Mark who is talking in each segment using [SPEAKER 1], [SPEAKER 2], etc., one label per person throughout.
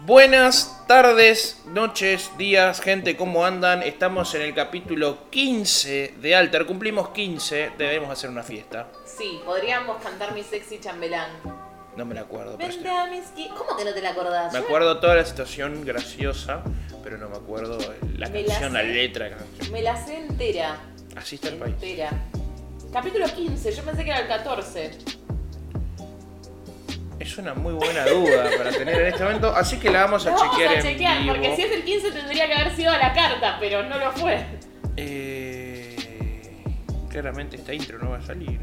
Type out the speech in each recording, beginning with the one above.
[SPEAKER 1] Buenas tardes, noches, días, gente, ¿cómo andan? Estamos en el capítulo 15 de Alter, cumplimos 15, debemos hacer una fiesta.
[SPEAKER 2] Sí, podríamos cantar mi sexy chambelán.
[SPEAKER 1] No me la acuerdo. pero
[SPEAKER 2] Vente a mis qui- ¿Cómo que no te la acordás?
[SPEAKER 1] Me
[SPEAKER 2] Yo
[SPEAKER 1] acuerdo toda la situación graciosa, pero no me acuerdo la
[SPEAKER 2] Me la
[SPEAKER 1] canción, la
[SPEAKER 2] sé.
[SPEAKER 1] letra de la canción.
[SPEAKER 2] Me la sé entera.
[SPEAKER 1] Así está el país.
[SPEAKER 2] Entera. Capítulo 15, yo pensé que era el 14.
[SPEAKER 1] Es una muy buena duda para tener en este momento, así que la vamos a
[SPEAKER 2] Lo vamos
[SPEAKER 1] chequear
[SPEAKER 2] a chequear,
[SPEAKER 1] en vivo.
[SPEAKER 2] porque si es el 15 tendría que haber sido a la carta, pero no lo fue.
[SPEAKER 1] Eh, claramente esta intro no va a salir.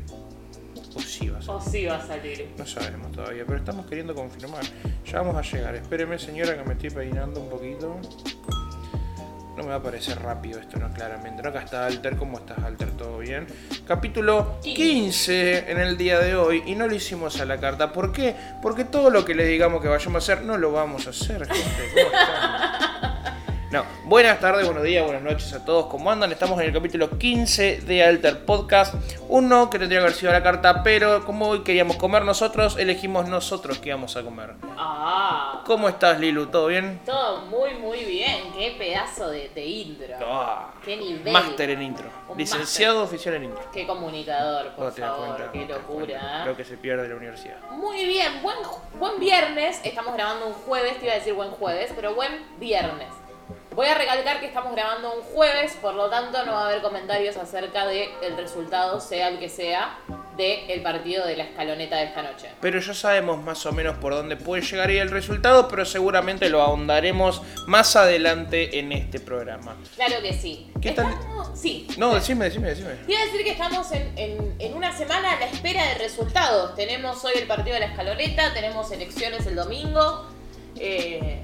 [SPEAKER 1] O sí va a salir.
[SPEAKER 2] O Oh, sí va a salir.
[SPEAKER 1] No sabemos todavía, pero estamos queriendo confirmar. Ya vamos a llegar. Espéreme, señora, que me estoy peinando un poquito. No me va a parecer rápido esto, no, claramente. No, acá está Alter. ¿Cómo estás, Alter? ¿Todo bien? Capítulo 15 en el día de hoy y no lo hicimos a la carta. ¿Por qué? Porque todo lo que le digamos que vayamos a hacer, no lo vamos a hacer, gente. ¿Cómo están? No, buenas tardes, buenos días, buenas noches a todos. ¿Cómo andan? Estamos en el capítulo 15 de Alter Podcast. Uno que tendría que haber sido a la carta, pero como hoy queríamos comer nosotros, elegimos nosotros que íbamos a comer.
[SPEAKER 2] Ah.
[SPEAKER 1] ¿Cómo estás, Lilu? ¿Todo bien?
[SPEAKER 2] Todo muy, muy bien. Qué pedazo de, de intro.
[SPEAKER 1] Ah,
[SPEAKER 2] Qué nivel.
[SPEAKER 1] Máster en intro.
[SPEAKER 2] Un
[SPEAKER 1] Licenciado oficial en intro.
[SPEAKER 2] Qué comunicador, por
[SPEAKER 1] Vos te das
[SPEAKER 2] favor.
[SPEAKER 1] cuenta,
[SPEAKER 2] Qué
[SPEAKER 1] vos te das cuenta.
[SPEAKER 2] locura. ¿eh?
[SPEAKER 1] Lo que se pierde en la universidad.
[SPEAKER 2] Muy bien, buen, buen viernes. Estamos grabando un jueves, te iba a decir buen jueves, pero buen viernes. Voy a recalcar que estamos grabando un jueves, por lo tanto no va a haber comentarios acerca del el resultado, sea el que sea, del partido de la escaloneta de esta noche.
[SPEAKER 1] Pero ya sabemos más o menos por dónde puede llegar el resultado, pero seguramente lo ahondaremos más adelante en este programa.
[SPEAKER 2] Claro que sí.
[SPEAKER 1] ¿Qué tal?
[SPEAKER 2] Estamos- Sí.
[SPEAKER 1] No, decime, decime, decime.
[SPEAKER 2] Te iba a decir que estamos en, en- en una semana a la espera de resultados. Tenemos hoy el partido de la escaloneta, tenemos elecciones el domingo. eh,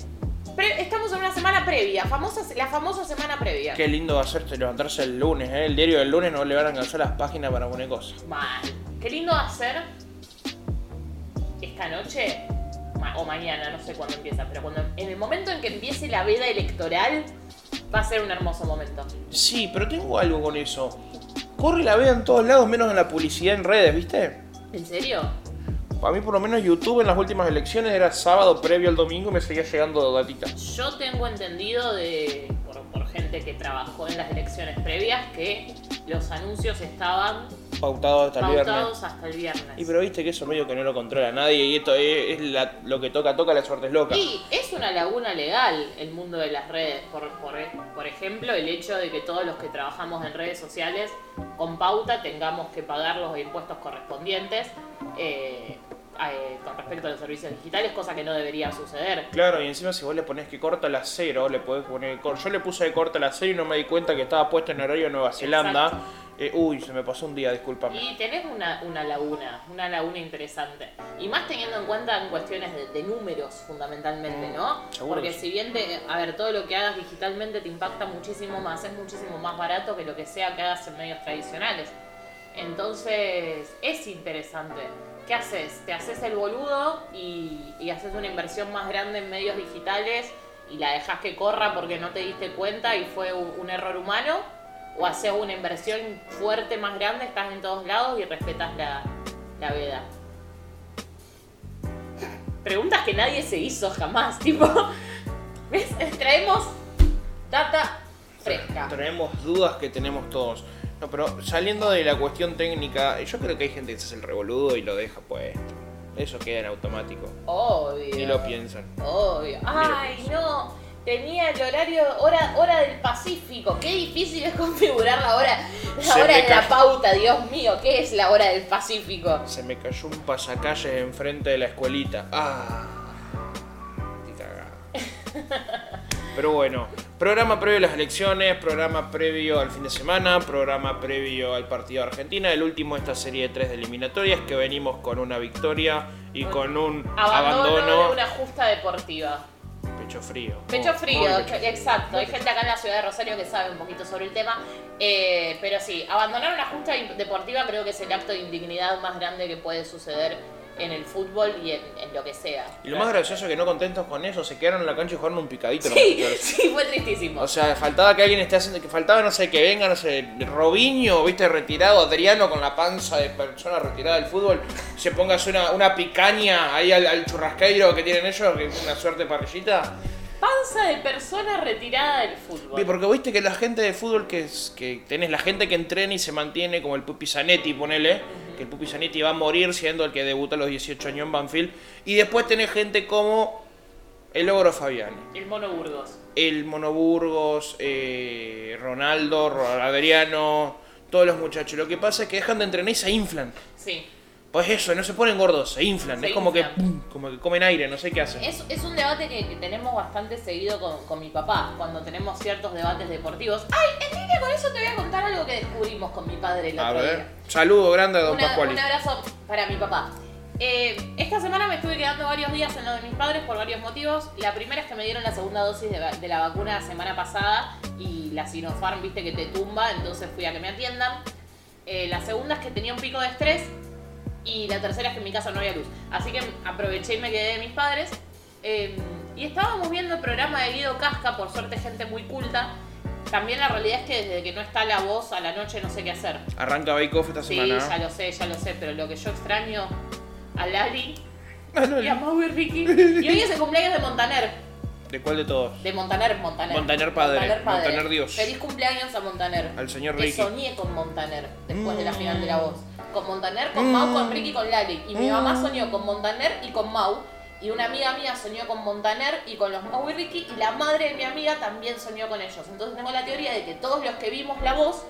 [SPEAKER 2] pre- estamos en una semana previa, famosa, la famosa semana previa.
[SPEAKER 1] Qué lindo va a ser levantarse el lunes, ¿eh? El diario del lunes no le van a alcanzar las páginas para poner cosas.
[SPEAKER 2] Mal. Qué lindo va a ser esta noche ma- o mañana, no sé cuándo empieza, pero cuando en el momento en que empiece la veda electoral va a ser un hermoso momento.
[SPEAKER 1] Sí, pero tengo algo con eso. Corre la vea en todos lados, menos en la publicidad en redes, ¿viste?
[SPEAKER 2] ¿En serio?
[SPEAKER 1] A mí por lo menos YouTube en las últimas elecciones era sábado previo al domingo y me seguía llegando datita.
[SPEAKER 2] Yo tengo entendido de por, por gente que trabajó en las elecciones previas que los anuncios estaban
[SPEAKER 1] Pautado hasta el viernes.
[SPEAKER 2] pautados hasta el viernes.
[SPEAKER 1] Y pero viste que eso medio que no lo controla nadie y esto es, es la- lo que toca, toca, la suerte es loca.
[SPEAKER 2] Y es una laguna legal el mundo de las redes. Por, por, por ejemplo, el hecho de que todos los que trabajamos en redes sociales con pauta tengamos que pagar los impuestos correspondientes eh, a- eh, con respecto a los servicios digitales, cosa que no debería suceder.
[SPEAKER 1] Claro, y encima si vos le ponés que corta a las 0, le podés poner cor- Yo le puse de corta a las 0 y no me di cuenta que estaba puesto en horario de Nueva Zelanda. Eh, uy, se me pasó un día, discúlpame.
[SPEAKER 2] Y tenés una, una laguna, una laguna interesante. Y más teniendo en cuenta en cuestiones de, de números, fundamentalmente,
[SPEAKER 1] Mm,
[SPEAKER 2] ¿no?
[SPEAKER 1] seguro
[SPEAKER 2] Porque
[SPEAKER 1] que sí.
[SPEAKER 2] si bien, te- a ver, todo lo que hagas digitalmente te impacta muchísimo más, es muchísimo más barato que lo que sea que hagas en medios tradicionales. Entonces, es interesante. ¿Qué haces? Te haces el boludo y, y haces una inversión más grande en medios digitales y la dejas que corra porque no te diste cuenta y fue un, un error humano. O haces una inversión fuerte más grande, estás en todos lados y respetas la, la veda. Preguntas que nadie se hizo jamás, tipo. ¿Ves? Traemos data fresca.
[SPEAKER 1] Traemos dudas que tenemos todos. No, pero saliendo de la cuestión técnica, yo creo que hay gente que se hace el revoludo y lo deja puesto. Eso queda en automático.
[SPEAKER 2] Obvio.
[SPEAKER 1] Ni lo piensan.
[SPEAKER 2] Obvio. Ay, no. Tenía el horario, hora, hora del Pacífico. Qué difícil es configurar la hora, la
[SPEAKER 1] Se
[SPEAKER 2] hora
[SPEAKER 1] me
[SPEAKER 2] de la
[SPEAKER 1] cayó.
[SPEAKER 2] pauta, Dios mío. ¿Qué es la hora del Pacífico?
[SPEAKER 1] Se me cayó un pasacalle enfrente de la escuelita. ¡Ah! Qué cagada. Pero bueno, programa previo a las elecciones, programa previo al fin de semana, programa previo al partido de Argentina, el último de esta serie de tres de eliminatorias que venimos con una victoria y con un
[SPEAKER 2] Abandono, de
[SPEAKER 1] abandono.
[SPEAKER 2] una justa deportiva.
[SPEAKER 1] Pecho frío.
[SPEAKER 2] Pecho
[SPEAKER 1] Muy,
[SPEAKER 2] frío,
[SPEAKER 1] muy pecho frío.
[SPEAKER 2] exacto.
[SPEAKER 1] Muy
[SPEAKER 2] Hay gente acá en la ciudad de Rosario que sabe un poquito sobre el tema. Eh, pero sí, abandonar una justa in- deportiva creo que es el acto de indignidad más grande que puede suceder en el fútbol y en, en lo que sea.
[SPEAKER 1] Y lo más gracioso es que no contentos con eso, se quedaron en la cancha y jugaron un picadito. los
[SPEAKER 2] Sí,
[SPEAKER 1] muchachos.
[SPEAKER 2] sí, fue tristísimo.
[SPEAKER 1] O sea, faltaba que alguien esté haciendo, que faltaba, no sé, que venga, no sé, Robinho, viste, retirado, Adriano con la panza de persona retirada del fútbol, se ponga a hacer una, una picaña ahí al, al churrasqueiro que tienen ellos, que es una suerte de parrillita.
[SPEAKER 2] Panza de persona retirada del
[SPEAKER 1] Y
[SPEAKER 2] fútbol.
[SPEAKER 1] porque viste que la gente de fútbol que, es, que tenés, la gente que entrena y se mantiene, como el Pupi Zanetti, ponele, que el Pupi Zanetti va a morir siendo el que debuta a los 18 años en Banfield, y después tenés gente como el Ogro Fabiani.
[SPEAKER 2] El mono Burgos.
[SPEAKER 1] el Monoburgos, eh, Ronaldo, Ro- Adriano, todos los muchachos. Lo que pasa es que dejan de entrenar y se inflan.
[SPEAKER 2] Sí.
[SPEAKER 1] Pues eso, no se ponen gordos, se inflan.
[SPEAKER 2] Se
[SPEAKER 1] es como
[SPEAKER 2] inflan.
[SPEAKER 1] que pum, como que comen aire, no sé qué hacen.
[SPEAKER 2] Es, es un debate que, que tenemos bastante seguido con, con mi papá, cuando tenemos ciertos debates deportivos. Ay, en línea con eso te voy a contar algo que descubrimos con mi padre el
[SPEAKER 1] A
[SPEAKER 2] otro
[SPEAKER 1] ver.
[SPEAKER 2] día.
[SPEAKER 1] Saludo grande a Don
[SPEAKER 2] Una-
[SPEAKER 1] Pascuali.
[SPEAKER 2] un abrazo para mi papá. Eh, esta semana me estuve quedando varios días en lo de mis padres por varios motivos. La primera es que me dieron la segunda dosis de, va- de la vacuna la semana pasada y la Sinopharm, viste que te tumba, entonces fui a que me atiendan. Eh, la segunda es que tenía un pico de estrés y la tercera es que en mi casa no había luz. Así que aproveché y me quedé de mis padres. Eh, y estábamos viendo el programa de Guido Casca, por suerte gente muy culta. También la realidad es que desde que no está la voz a la noche no sé qué hacer.
[SPEAKER 1] Arranca Bake Off esta
[SPEAKER 2] Sí,
[SPEAKER 1] semana.
[SPEAKER 2] ya lo sé, ya lo sé, pero lo que yo extraño a Lali
[SPEAKER 1] Ah, no,
[SPEAKER 2] y a Mau y Ricky. Y hoy es el cumpleaños de Montaner.
[SPEAKER 1] ¿De cuál de todos?
[SPEAKER 2] De Montaner, Montaner.
[SPEAKER 1] Montaner padre, Montaner Dios.
[SPEAKER 2] Feliz cumpleaños a Montaner.
[SPEAKER 1] Al señor
[SPEAKER 2] que
[SPEAKER 1] Ricky.
[SPEAKER 2] soñé con Montaner después de la
[SPEAKER 1] Mm.
[SPEAKER 2] final de la voz. Con Montaner, con
[SPEAKER 1] Mm.
[SPEAKER 2] Mau, con Ricky, con Lali. Y mi
[SPEAKER 1] Mm.
[SPEAKER 2] mamá soñó con Montaner y con Mau. Y una amiga mía soñó con Montaner y con los Mau y Ricky. Y la madre de mi amiga también soñó con ellos. Entonces tengo la teoría de que todos los que vimos la voz,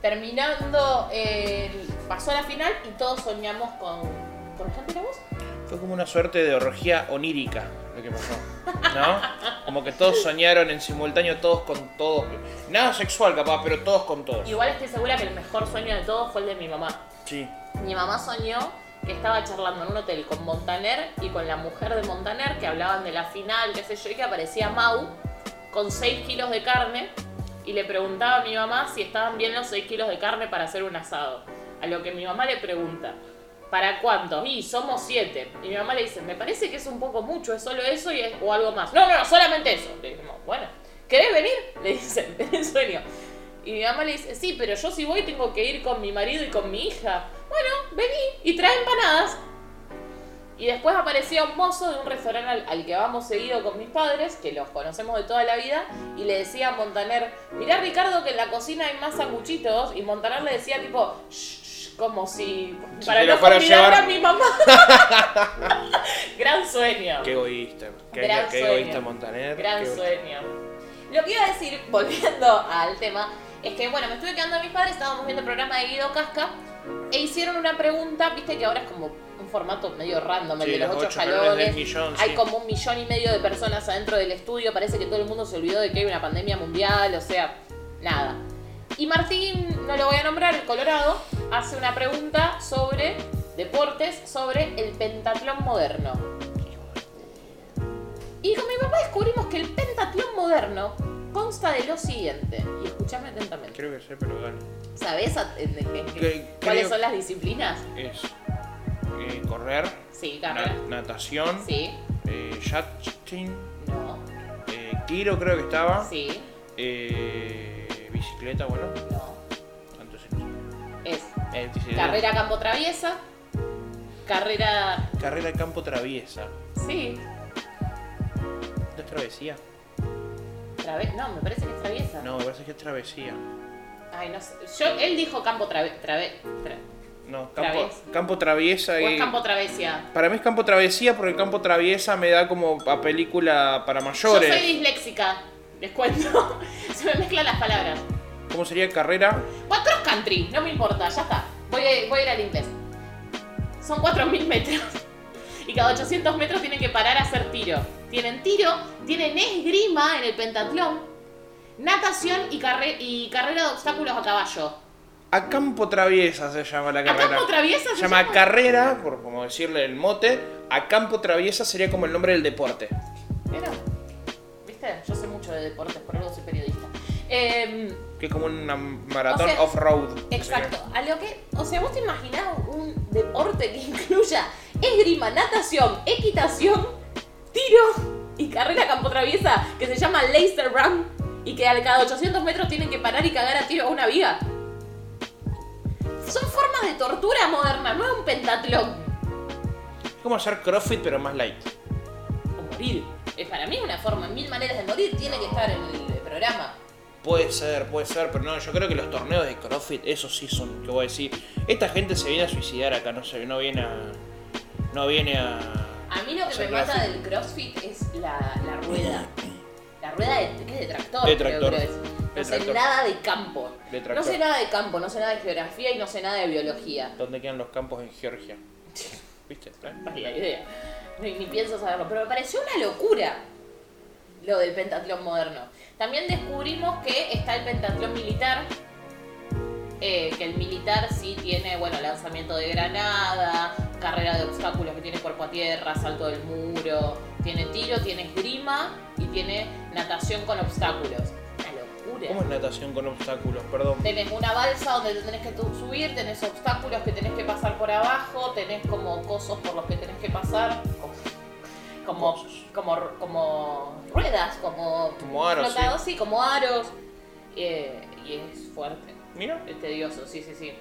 [SPEAKER 2] terminando, eh, pasó la final y todos soñamos con. ¿Con gente de la voz?
[SPEAKER 1] Fue como una suerte de orgía onírica lo que pasó. ¿No? Como que todos soñaron en simultáneo, todos con todos. Nada sexual capaz, pero todos con todos.
[SPEAKER 2] Igual estoy segura que el mejor sueño de todos fue el de mi mamá.
[SPEAKER 1] Sí.
[SPEAKER 2] Mi mamá soñó que estaba charlando en un hotel con Montaner y con la mujer de Montaner, que hablaban de la final, qué sé yo, y que aparecía Mau con 6 kilos de carne y le preguntaba a mi mamá si estaban bien los 6 kilos de carne para hacer un asado. A lo que mi mamá le pregunta, ¿para cuántos? Y somos 7. Y mi mamá le dice, me parece que es un poco mucho, es solo eso y es- o algo más. No, no, no, solamente eso. Le dijimos, bueno, ¿querés venir? Le dicen, tenés sueño. Y mi mamá le dice, sí, pero yo si voy tengo que ir con mi marido y con mi hija. Bueno, vení y trae empanadas. Y después aparecía un mozo de un restaurante al, al que vamos seguido con mis padres, que los conocemos de toda la vida, y le decía a Montaner, mirá Ricardo que en la cocina hay más sanguchitos, y Montaner le decía tipo, "Shh, shh", como si,
[SPEAKER 1] Si
[SPEAKER 2] para
[SPEAKER 1] te
[SPEAKER 2] no
[SPEAKER 1] lo fuera a
[SPEAKER 2] convidar
[SPEAKER 1] llevar.
[SPEAKER 2] a mi mamá. Gran sueño.
[SPEAKER 1] Qué egoísta. Qué,
[SPEAKER 2] Gran
[SPEAKER 1] qué
[SPEAKER 2] sueño.
[SPEAKER 1] egoísta Montaner.
[SPEAKER 2] Gran
[SPEAKER 1] qué-
[SPEAKER 2] sueño. Lo que iba a decir, volviendo al tema, es que bueno, me estuve quedando a mis padres, estábamos viendo el programa de Guido Casca e hicieron una pregunta, viste que ahora es como un formato medio random, el
[SPEAKER 1] Sí,
[SPEAKER 2] de los,
[SPEAKER 1] los
[SPEAKER 2] ocho
[SPEAKER 1] ocho
[SPEAKER 2] escalones.
[SPEAKER 1] escalones del millón,
[SPEAKER 2] hay
[SPEAKER 1] sí.
[SPEAKER 2] como un millón y medio de personas adentro del estudio, parece que todo el mundo se olvidó de que hay una pandemia mundial, o sea, nada. Y Martín, no lo voy a nombrar, el Colorado, hace una pregunta sobre deportes, sobre el pentatlón moderno. Y con mi papá descubrimos que el pentatlón moderno consta de lo siguiente. Y escúchame atentamente.
[SPEAKER 1] Creo que sé, pero dale.
[SPEAKER 2] ¿Sabes a- en- en- en-
[SPEAKER 1] Que-
[SPEAKER 2] cuáles
[SPEAKER 1] creo-
[SPEAKER 2] son las disciplinas?
[SPEAKER 1] Es eh, correr,
[SPEAKER 2] Sí,
[SPEAKER 1] na-
[SPEAKER 2] cámara.
[SPEAKER 1] natación,
[SPEAKER 2] Sí.
[SPEAKER 1] eh, yachting,
[SPEAKER 2] No.
[SPEAKER 1] eh, tiro creo que estaba,
[SPEAKER 2] Sí.
[SPEAKER 1] eh, bicicleta, bueno,
[SPEAKER 2] No.
[SPEAKER 1] antes no
[SPEAKER 2] Es
[SPEAKER 1] sé. Eh, bicicleta.
[SPEAKER 2] carrera a campo traviesa. Carrera.
[SPEAKER 1] Carrera de campo traviesa.
[SPEAKER 2] Sí.
[SPEAKER 1] ¿No es travesía?
[SPEAKER 2] trave- No, me parece que es traviesa.
[SPEAKER 1] No, me parece que es travesía.
[SPEAKER 2] Ay, no sé. Yo, él dijo campo traviesa.
[SPEAKER 1] No, campo
[SPEAKER 2] Traviesa.
[SPEAKER 1] campo traviesa
[SPEAKER 2] o
[SPEAKER 1] y...
[SPEAKER 2] es campo travesia.
[SPEAKER 1] Para mí es campo travesía porque el campo traviesa me da como a película para
[SPEAKER 2] Yo
[SPEAKER 1] mayores.
[SPEAKER 2] soy disléxica. Les cuento. Se me mezclan las palabras.
[SPEAKER 1] ¿Cómo sería carrera?
[SPEAKER 2] Bueno, cross country, no me importa, ya está. Voy a, voy a ir al inglés. Son 4.000 metros. Y cada 800 metros tienen que parar a hacer tiro. Tienen tiro, tienen esgrima en el pentatlón, natación y, carre- y carrera de obstáculos a caballo.
[SPEAKER 1] A campo traviesa se llama la
[SPEAKER 2] ¿A
[SPEAKER 1] carrera.
[SPEAKER 2] campo traviesa
[SPEAKER 1] Se
[SPEAKER 2] se
[SPEAKER 1] llama
[SPEAKER 2] llama?
[SPEAKER 1] carrera, por como decirle el mote, a campo traviesa sería como el nombre del deporte.
[SPEAKER 2] Mira, ¿viste? Yo sé mucho de deportes, por algo soy periodista. Em,
[SPEAKER 1] que es como una maratón
[SPEAKER 2] O sea,
[SPEAKER 1] off-road.
[SPEAKER 2] Exacto. A lo que, o sea, vos te imaginás un deporte que incluya esgrima, natación, equitación, tiro y carrera campo traviesa que se llama laser run y que al cada 800 metros tienen que parar y cagar a tiro a una viga. Son formas de tortura moderna, no es un pentatlón.
[SPEAKER 1] Es como hacer crossfit pero más light.
[SPEAKER 2] O morir. Es para mí una forma, mil maneras de morir, tiene que estar en el programa.
[SPEAKER 1] Puede ser, puede ser, pero no, yo creo que los torneos de CrossFit, esos sí son, que voy a decir, esta gente se viene a suicidar acá, no se, no viene a, no viene a...
[SPEAKER 2] A mí lo que
[SPEAKER 1] hacer
[SPEAKER 2] me mata
[SPEAKER 1] CrossFit.
[SPEAKER 2] del CrossFit es la, la rueda. La rueda de, ¿qué es? de tractor.
[SPEAKER 1] De
[SPEAKER 2] creo
[SPEAKER 1] tractor.
[SPEAKER 2] que es.
[SPEAKER 1] De
[SPEAKER 2] No sé
[SPEAKER 1] tractor.
[SPEAKER 2] nada de campo.
[SPEAKER 1] De
[SPEAKER 2] no
[SPEAKER 1] tractor.
[SPEAKER 2] sé nada de campo, no sé nada de geografía y no sé nada de biología.
[SPEAKER 1] ¿Dónde quedan los campos en Georgia? ¿Viste?
[SPEAKER 2] Ni la idea. Ni, ni pienso saberlo. Pero me pareció una locura lo del pentatlón moderno. También descubrimos que está el pentatlón militar. eh, que el militar sí tiene, bueno, lanzamiento de granada, carrera de obstáculos que tiene cuerpo a tierra, salto del muro, tiene tiro, tiene esgrima y tiene natación con obstáculos. Una locura.
[SPEAKER 1] ¿Cómo es natación con obstáculos? Perdón.
[SPEAKER 2] Tenés una balsa donde te tenés que tu- subir, tenés obstáculos que tenés que pasar por abajo, tenés como cosos por los que tenés que pasar, como- como,
[SPEAKER 1] Cosos.
[SPEAKER 2] como, como ruedas, como,
[SPEAKER 1] Como aros,
[SPEAKER 2] flotados, sí, como aros. Eh, y es fuerte,
[SPEAKER 1] Mira,
[SPEAKER 2] es tedioso, sí, sí, sí.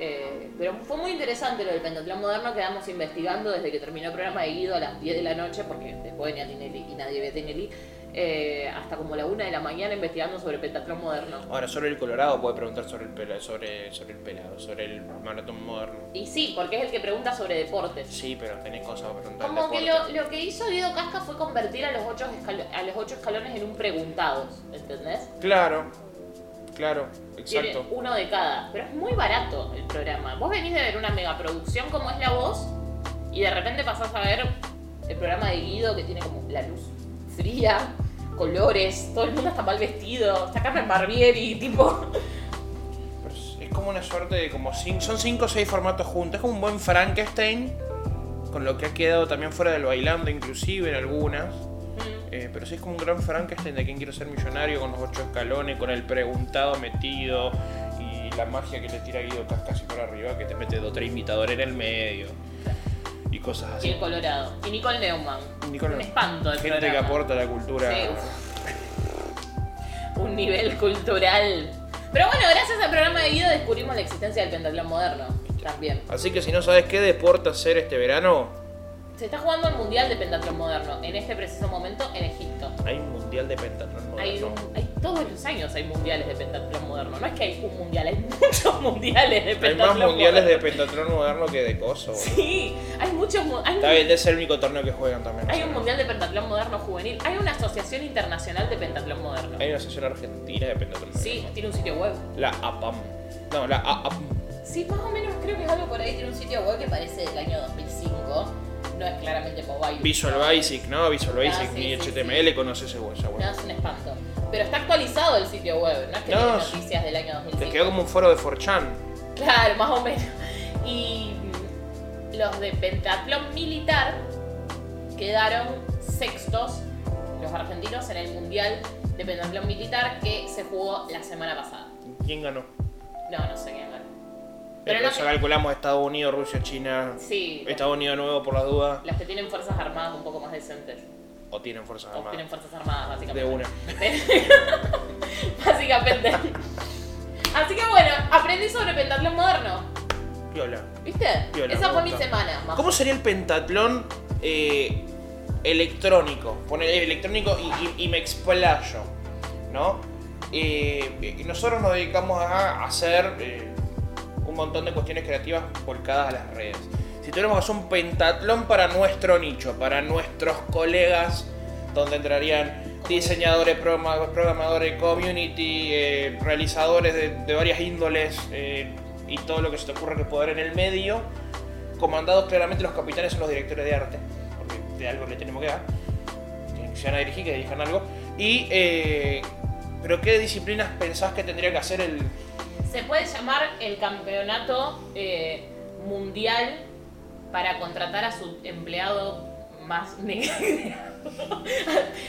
[SPEAKER 2] Eh, pero fue muy interesante lo del pentatlón moderno, quedamos investigando desde que terminó el programa de Guido a las 10 de la noche, porque después venía Tinelli y nadie ve Tinelli, eh, hasta como la 1 de la mañana investigando sobre el pentatlón moderno.
[SPEAKER 1] ahora sobre el Colorado puede preguntar sobre el pelado, sobre, sobre el pelado, sobre el maratón moderno.
[SPEAKER 2] Y sí, porque es el que pregunta sobre deportes.
[SPEAKER 1] Sí, pero tenés cosas para preguntar. al
[SPEAKER 2] Como que lo,
[SPEAKER 1] deporte.
[SPEAKER 2] lo que hizo Guido Casca fue convertir a los ocho, escalo- a los ocho escalones en un preguntados, ¿entendés?
[SPEAKER 1] Claro, claro,
[SPEAKER 2] Tiene
[SPEAKER 1] exacto.
[SPEAKER 2] uno de cada, pero es muy barato el programa. Vos venís de ver una megaproducción como es La Voz y de repente pasás a ver el programa de Guido que tiene como la luz fría, colores, todo el mundo está mal vestido, está Carmen Barbieri, tipo...
[SPEAKER 1] Pero es- Pues Es como una suerte de como cin- son 5 o 6 formatos juntos, es como un buen Frankenstein, con lo que ha quedado también fuera del bailando inclusive en algunas. Eh, pero sí es como un gran Frankenstein de quien quiero ser millonario con los ocho escalones, con el preguntado metido y la magia que le tira Guido Cascasi por arriba, que te mete dos tres imitadores en el medio y cosas
[SPEAKER 2] Y
[SPEAKER 1] así.
[SPEAKER 2] el Colorado. Y Nicole Neumann.
[SPEAKER 1] Nicole-
[SPEAKER 2] un espanto del
[SPEAKER 1] Gente que
[SPEAKER 2] programa.
[SPEAKER 1] aporta a la cultura.
[SPEAKER 2] Sí, un nivel cultural. Pero bueno, gracias al programa de Guido descubrimos la existencia del pentatlón moderno también.
[SPEAKER 1] Así que si no sabes qué deporte hacer este verano,
[SPEAKER 2] Se está jugando el Mundial de Pentatlón Moderno en este preciso momento en Egipto.
[SPEAKER 1] hay un mundial de pentatlón
[SPEAKER 2] Hay,
[SPEAKER 1] moderno.
[SPEAKER 2] un- hay- todos los años hay mundiales de pentatlón moderno. No es que hay un mundial, hay muchos mundiales de
[SPEAKER 1] Hay
[SPEAKER 2] pentatlón
[SPEAKER 1] más mundiales de
[SPEAKER 2] moderno.
[SPEAKER 1] pentatlón moderno que de coso. boludo.
[SPEAKER 2] Sí, hay muchos mu- hay,
[SPEAKER 1] Está bien, debe ser el único torneo que juegan también.
[SPEAKER 2] hay
[SPEAKER 1] no sé.
[SPEAKER 2] un mundial de pentatlón moderno juvenil. Hay una asociación internacional de pentatlón moderno.
[SPEAKER 1] Hay una sesión argentina de pentatlón.
[SPEAKER 2] Sí,
[SPEAKER 1] moderno.
[SPEAKER 2] tiene un sitio web.
[SPEAKER 1] La APAM. No, la AAPAM.
[SPEAKER 2] Sí, más o menos creo que es algo por ahí. Tiene un sitio web que parece del año 2005. No es claramente mobile.
[SPEAKER 1] Visual
[SPEAKER 2] ¿no?
[SPEAKER 1] Basic, ¿no? Visual
[SPEAKER 2] Ah,
[SPEAKER 1] Basic,
[SPEAKER 2] sí, Ah,
[SPEAKER 1] ni
[SPEAKER 2] sí,
[SPEAKER 1] HTML, conoces esa web.
[SPEAKER 2] No, es un espanto. Pero está actualizado el sitio web. No es que
[SPEAKER 1] No,
[SPEAKER 2] tiene
[SPEAKER 1] sí.
[SPEAKER 2] noticias del año
[SPEAKER 1] Te
[SPEAKER 2] 2005.
[SPEAKER 1] quedó como un foro de 4chan.
[SPEAKER 2] Claro, más o menos. Y mm, los de pentatlón militar quedaron sextos, los argentinos, en el mundial de pentatlón militar que se jugó la semana pasada.
[SPEAKER 1] ¿Quién ganó?
[SPEAKER 2] No, no sé quién ganó. Pero
[SPEAKER 1] Pero
[SPEAKER 2] no
[SPEAKER 1] eso
[SPEAKER 2] que-
[SPEAKER 1] calculamos Estados Unidos, Rusia, China.
[SPEAKER 2] Sí, los-
[SPEAKER 1] Estados Unidos nuevo por las dudas.
[SPEAKER 2] los que tienen fuerzas armadas un poco más decentes.
[SPEAKER 1] O tienen fuerzas
[SPEAKER 2] O tienen
[SPEAKER 1] armadas.
[SPEAKER 2] fuerzas armadas, básicamente.
[SPEAKER 1] Ah, De una.
[SPEAKER 2] básicamente. Así que bueno, aprendí sobre pentatlón moderno.
[SPEAKER 1] Piola.
[SPEAKER 2] ¿Viste?
[SPEAKER 1] Piola,
[SPEAKER 2] Esa
[SPEAKER 1] me
[SPEAKER 2] fue mi
[SPEAKER 1] gusta.
[SPEAKER 2] semana. más
[SPEAKER 1] ¿Cómo sería el pentatlón eh, electrónico? Poner electrónico y, y- y me explayo, ¿no? Eh, y nosotros nos dedicamos a hacer eh, un montón de cuestiones creativas volcadas a las redes. Si tuviéramos que hacer un pentatlón para nuestro nicho, para nuestros colegas, donde entrarían diseñadores, programa- programadores, community, eh, realizadores de, de varias índoles eh, y todo lo que se te ocurra que poder en el medio, comandados claramente los capitanes son los directores de arte, porque de algo le tenemos que dar. Tienen que- Se van a dirigir, que dirijan algo. Y, eh, pero ¿qué disciplinas pensás que tendría que hacer el...
[SPEAKER 2] Se puede llamar el campeonato eh, mundial para contratar a su empleado más negro.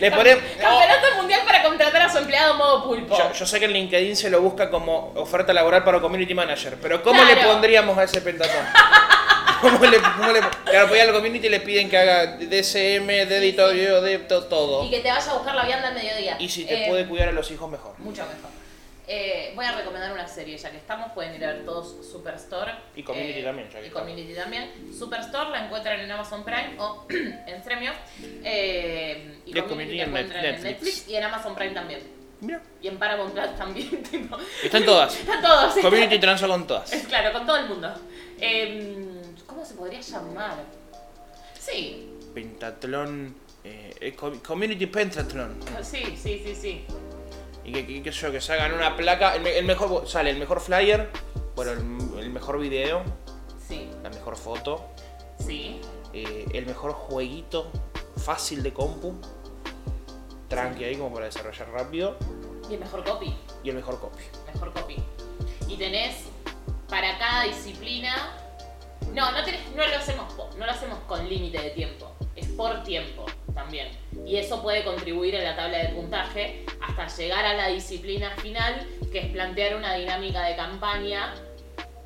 [SPEAKER 1] Le ponemos.
[SPEAKER 2] Campeonato mundial para contratar a su empleado modo pulpo.
[SPEAKER 1] Yo, yo sé que en LinkedIn se lo busca como oferta laboral para community manager, pero ¿cómo le
[SPEAKER 2] Claro.
[SPEAKER 1] pondríamos a ese pentacón? ¿Cómo le, cómo le- claro, pues voy al community y le piden que haga DCM, de editorio, de to- todo.
[SPEAKER 2] Y que te vaya a buscar la vianda al mediodía.
[SPEAKER 1] Y si te
[SPEAKER 2] Eh,
[SPEAKER 1] puede cuidar a los hijos, mejor.
[SPEAKER 2] Mucho mejor. Eh, voy a recomendar una serie, ya que estamos, pueden ir a ver todos Superstore. Eh,
[SPEAKER 1] Y Community también, ya que
[SPEAKER 2] Y
[SPEAKER 1] estamos.
[SPEAKER 2] Community también. Superstore la encuentran en Amazon Prime o en Stremio. Eh, y
[SPEAKER 1] Y
[SPEAKER 2] Community
[SPEAKER 1] Community
[SPEAKER 2] la
[SPEAKER 1] en
[SPEAKER 2] encuentran en
[SPEAKER 1] Netflix.
[SPEAKER 2] Netflix y en Amazon Prime también.
[SPEAKER 1] Mira,
[SPEAKER 2] Y en Paramount Plus también. tipo,
[SPEAKER 1] están todas.
[SPEAKER 2] Están todos.
[SPEAKER 1] Community transo con todas.
[SPEAKER 2] Es claro, con todo el mundo. Em, ¿Cómo se podría llamar? Sí,
[SPEAKER 1] Pentatlón. eh, eh, com- community Pentatlón.
[SPEAKER 2] sí, sí, sí, sí.
[SPEAKER 1] Y que, que- qué sé yo, que se hagan una placa. El, me- el mejor sale el mejor flyer, bueno, el, el mejor video,
[SPEAKER 2] Sí,
[SPEAKER 1] la mejor foto,
[SPEAKER 2] sí.
[SPEAKER 1] eh, el mejor jueguito fácil de compu. Tranqui ahí como para desarrollar rápido.
[SPEAKER 2] Y el mejor copy.
[SPEAKER 1] Y el mejor copy.
[SPEAKER 2] mejor copy. Y tenés para cada disciplina. No, no, tenés, no, lo, hacemos, po- no lo hacemos con límite de tiempo. Es por tiempo también. Y eso puede contribuir a la tabla de puntaje hasta llegar a la disciplina final, que es plantear una dinámica de campaña.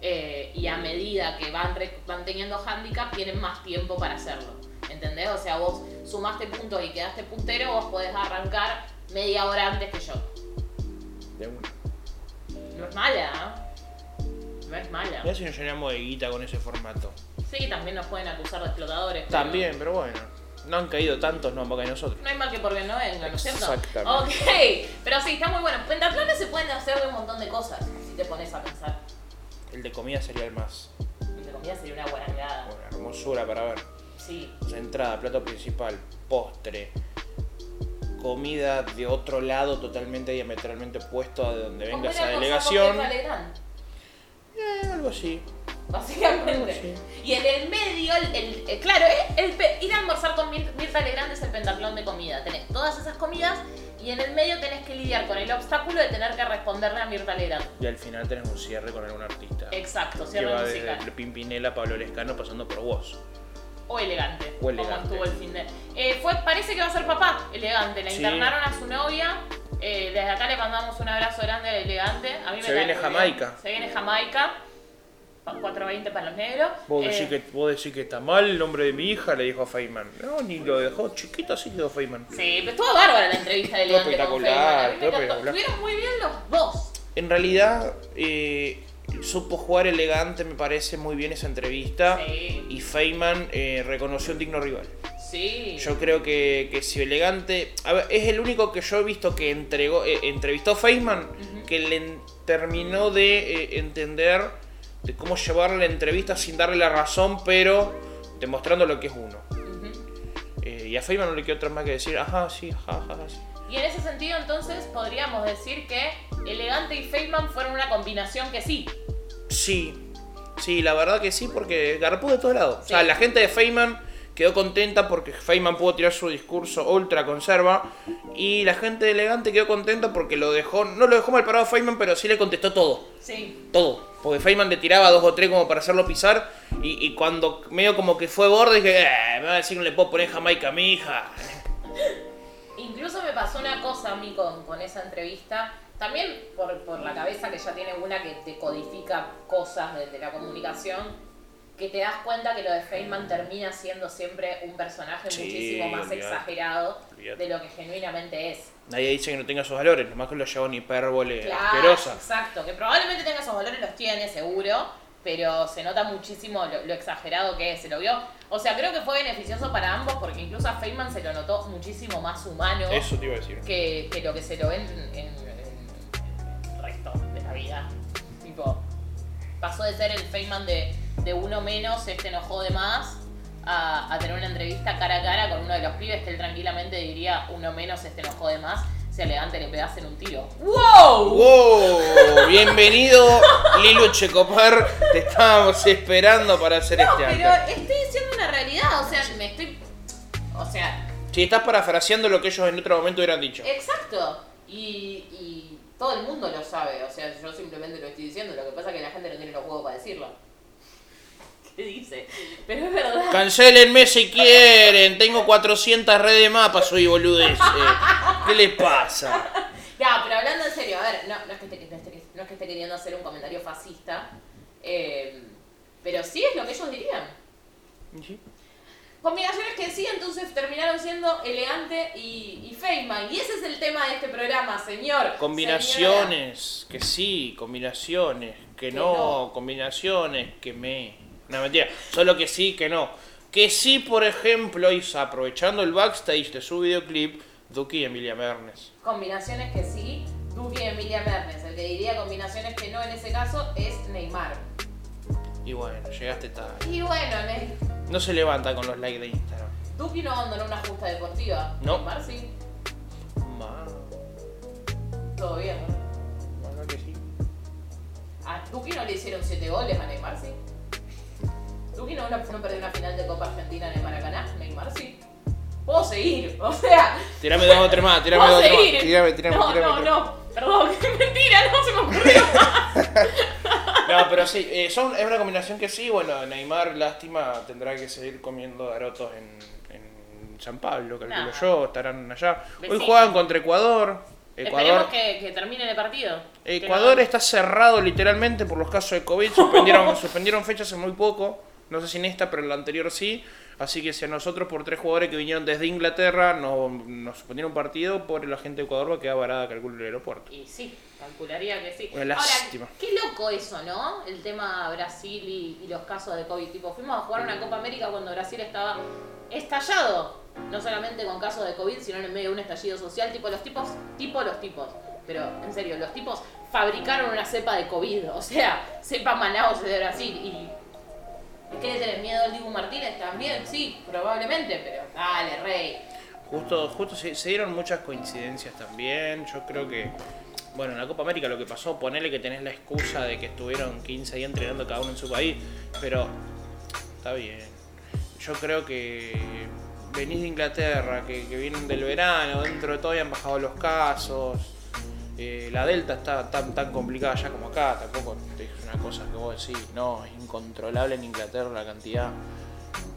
[SPEAKER 2] eh, y a medida que van, re- van teniendo handicap, tienen más tiempo para hacerlo. ¿Entendés? O sea, vos sumaste puntos y quedaste puntero, vos podés arrancar media hora antes que yo.
[SPEAKER 1] De una.
[SPEAKER 2] No es mala. ¿eh? No es mala.
[SPEAKER 1] Mirá si nos llenamos de guita con ese formato.
[SPEAKER 2] Sí, también nos pueden acusar de explotadores. pero
[SPEAKER 1] También, pero bueno. No han caído tantos no porque nosotros.
[SPEAKER 2] No hay mal que por bien no venga, ¿no es cierto?
[SPEAKER 1] Exactamente.
[SPEAKER 2] Ok, pero sí, está muy bueno. Pentaplanes se pueden hacer de un montón de cosas si te pones a pensar.
[SPEAKER 1] El de comida sería el más.
[SPEAKER 2] Entre comillas sería una guarangada.
[SPEAKER 1] Una hermosura para ver.
[SPEAKER 2] Sí,
[SPEAKER 1] O sea, Pues, entrada, plato principal, postre, comida de otro lado totalmente diametralmente opuesto a de donde venga esa delegación. Eh, algo así.
[SPEAKER 2] Básicamente. Y en el medio, el, el- eh, claro, ¿eh? el pe- ir a almorzar con Mir- Mirta Legrand es el pentatlón de comida. Tenés todas esas comidas y en el medio tenés que lidiar con el obstáculo de tener que responderle a Mirta Legrand.
[SPEAKER 1] Y al final tenés un cierre con algún artista.
[SPEAKER 2] Exacto,
[SPEAKER 1] que
[SPEAKER 2] cierre
[SPEAKER 1] va
[SPEAKER 2] musical.
[SPEAKER 1] desde Pimpinela a Pablo Lescano pasando por vos.
[SPEAKER 2] O elegante.
[SPEAKER 1] O
[SPEAKER 2] como
[SPEAKER 1] elegante.
[SPEAKER 2] estuvo el fin de. Eh, fue, parece que va a ser papá, elegante. La
[SPEAKER 1] Sí.
[SPEAKER 2] internaron a su novia. eh, desde acá le mandamos un abrazo grande a elegante. A mí me
[SPEAKER 1] Se
[SPEAKER 2] cae
[SPEAKER 1] viene
[SPEAKER 2] muy bien.
[SPEAKER 1] Jamaica.
[SPEAKER 2] Se viene Jamaica. Pa- 4.20 para los negros.
[SPEAKER 1] Vos
[SPEAKER 2] Eh,
[SPEAKER 1] decís, que, vos decís que está mal el nombre de mi hija, le dijo Feynman. No, ni lo dejó chiquito así quedó Feynman.
[SPEAKER 2] Sí, pero estuvo bárbara la entrevista de elegante.
[SPEAKER 1] Estuvo
[SPEAKER 2] con
[SPEAKER 1] espectacular,
[SPEAKER 2] Feynman. A mí me
[SPEAKER 1] estuvo
[SPEAKER 2] encantó.
[SPEAKER 1] espectacular.
[SPEAKER 2] Estuvieron muy bien los dos.
[SPEAKER 1] En realidad, eh, supo jugar elegante, me parece muy bien esa entrevista.
[SPEAKER 2] Sí.
[SPEAKER 1] Y Feynman eh, reconoció un digno rival.
[SPEAKER 2] Sí.
[SPEAKER 1] Yo creo que, que si Elegante. A ver, es el único que yo he visto que entregó, eh, entrevistó a Feynman que le en- terminó de eh, entender de cómo llevar la entrevista sin darle la razón, pero demostrando lo que es uno.
[SPEAKER 2] Ujú.
[SPEAKER 1] Eh, y a Feynman no le quedó otra más que decir, ajá, sí, ajá, ajá, ajá, sí.
[SPEAKER 2] Y en ese sentido, entonces, podríamos decir que elegante y Feynman fueron una combinación que sí.
[SPEAKER 1] Sí, sí, la verdad que sí, porque garpó de todos lados. O sea,
[SPEAKER 2] Sí.
[SPEAKER 1] la gente de Feynman quedó contenta porque Feynman pudo tirar su discurso ultra conserva. Y la gente de Elegante quedó contenta porque lo dejó, no lo dejó mal parado a Feynman, pero sí le contestó todo.
[SPEAKER 2] Sí.
[SPEAKER 1] Todo. Porque Feynman le tiraba dos o tres como para hacerlo pisar. Y, y cuando medio como que fue borde, dije, "Eh, me va a decir que no le puedo poner Jamaica a mi hija.
[SPEAKER 2] Incluso me pasó una cosa a mí con, con esa entrevista, también por, por la cabeza que ya tiene una que te codifica cosas desde la comunicación, que te das cuenta que lo de Feynman termina siendo siempre un personaje
[SPEAKER 1] Sí,
[SPEAKER 2] muchísimo más
[SPEAKER 1] olvidate.
[SPEAKER 2] exagerado
[SPEAKER 1] Olvidate.
[SPEAKER 2] de lo que genuinamente es.
[SPEAKER 1] Nadie dice que no tenga sus valores, nomás que lo lleva una hipérbole
[SPEAKER 2] Claro,
[SPEAKER 1] asquerosa.
[SPEAKER 2] exacto, que probablemente tenga esos valores, los tiene seguro, pero se nota muchísimo lo, lo exagerado que es, se lo vio. O sea, creo que fue beneficioso para ambos porque incluso a Feynman se lo notó muchísimo más humano
[SPEAKER 1] Eso te iba a decir.
[SPEAKER 2] que, que lo que se lo ven en, en- en el resto de la vida. Tipo, pasó de ser el Feynman de, de uno menos, este enojó de más, a, a tener una entrevista cara a cara con uno de los pibes que él tranquilamente diría uno menos, este enojó de más, si elegante le pegasen un tiro. ¡Wow!
[SPEAKER 1] ¡Wow! Bienvenido, Lilo Checopar. Te estábamos esperando para hacer
[SPEAKER 2] No,
[SPEAKER 1] este
[SPEAKER 2] pero
[SPEAKER 1] arte.
[SPEAKER 2] estoy diciendo una realidad, o sea, me estoy... O sea,
[SPEAKER 1] Si estás parafraseando lo que ellos en otro momento hubieran dicho.
[SPEAKER 2] Exacto. Y, y todo el mundo lo sabe. O sea, yo simplemente lo estoy diciendo. Lo que pasa es que la gente no tiene los huevos para decirlo. que dice. Pero es verdad.
[SPEAKER 1] Cancelenme si quieren. Tengo 400 redes de mapas, soy boludez. ¿Qué les pasa?
[SPEAKER 2] No, pero hablando en serio, a ver, no, no, es, que esté, no es que- no es que esté queriendo hacer un comentario fascista, eh, pero sí es lo que ellos dirían. Combinaciones que sí, entonces terminaron siendo elegante y, y Feynman. Y ese es el tema de este programa, señor.
[SPEAKER 1] Combinaciones, que sí, combinaciones, que
[SPEAKER 2] Que
[SPEAKER 1] no,
[SPEAKER 2] no.
[SPEAKER 1] combinaciones, que me. No, mentira, solo que sí, que no. Que sí, por ejemplo, y aprovechando el backstage de su videoclip, Duki y Emilia Mernes.
[SPEAKER 2] Señora. Combinaciones que sí, Duque y Emilia Mernes. El que diría combinaciones que no en ese caso es Neymar.
[SPEAKER 1] Y bueno, llegaste tarde.
[SPEAKER 2] Y bueno, Ne-
[SPEAKER 1] No se levanta con los likes de Instagram.
[SPEAKER 2] Duque no abandonó una justa deportiva.
[SPEAKER 1] No.
[SPEAKER 2] Neymar sí,
[SPEAKER 1] Ma,
[SPEAKER 2] todo bien. ¿no?
[SPEAKER 1] bueno, que sí.
[SPEAKER 2] A Duque no le hicieron 7 goles a Neymar sí. Duque no, no perdió una final de Copa Argentina en el Maracaná. Neymar sí. Puedo seguir, o sea.
[SPEAKER 1] Tirame dos o tres más, tirame
[SPEAKER 2] ¿Puedo
[SPEAKER 1] dos o tres
[SPEAKER 2] seguir?
[SPEAKER 1] más. Tirame, tirame,
[SPEAKER 2] no,
[SPEAKER 1] tirame,
[SPEAKER 2] no,
[SPEAKER 1] tirame.
[SPEAKER 2] no. Perdón, qué mentira, no se me ocurrió.
[SPEAKER 1] No, pero sí, eh, son, es una combinación que sí, bueno, Neymar, lástima, tendrá que seguir comiendo garotos en, en San Pablo, calculo
[SPEAKER 2] Nah.
[SPEAKER 1] yo, estarán allá. Hoy
[SPEAKER 2] Vecino.
[SPEAKER 1] juegan contra Ecuador. Ecuador,
[SPEAKER 2] Esperemos que, que termine el partido. Que
[SPEAKER 1] Ecuador
[SPEAKER 2] no-
[SPEAKER 1] está cerrado literalmente por los casos de COVID, suspendieron, suspendieron fechas hace muy poco, no sé si en esta, pero en la anterior sí. Así que si a nosotros por tres jugadores que vinieron desde Inglaterra nos, nos suspendieron un partido, por la gente de Ecuador va a quedar varada, calculo, en el aeropuerto.
[SPEAKER 2] Y sí, calcularía que sí.
[SPEAKER 1] Una lástima.
[SPEAKER 2] Ahora, qué loco eso, ¿no? El tema Brasil y, y los casos de COVID. Tipo, fuimos a jugar una Copa América cuando Brasil estaba estallado. No solamente con casos de COVID, sino en el medio de un estallido social. Tipo, los tipos, tipo los tipos. Pero, en serio, los tipos fabricaron una cepa de COVID. O sea, cepa Manaus de Brasil. Y ¿Es que le tenés miedo al Dibu Martínez también? Sí, probablemente, pero dale, rey.
[SPEAKER 1] Justo, justo se, se dieron muchas coincidencias también. Yo creo que, bueno, en la Copa América lo que pasó, ponele que tenés la excusa de que estuvieron 15 días entrenando cada uno en su país, pero está bien. Yo creo que venís de Inglaterra, que, que vienen del verano, dentro de todo habían bajado los casos. Eh, la Delta está tan, tan complicada ya como acá, tampoco es una cosa que vos decís, no, es incontrolable en Inglaterra la cantidad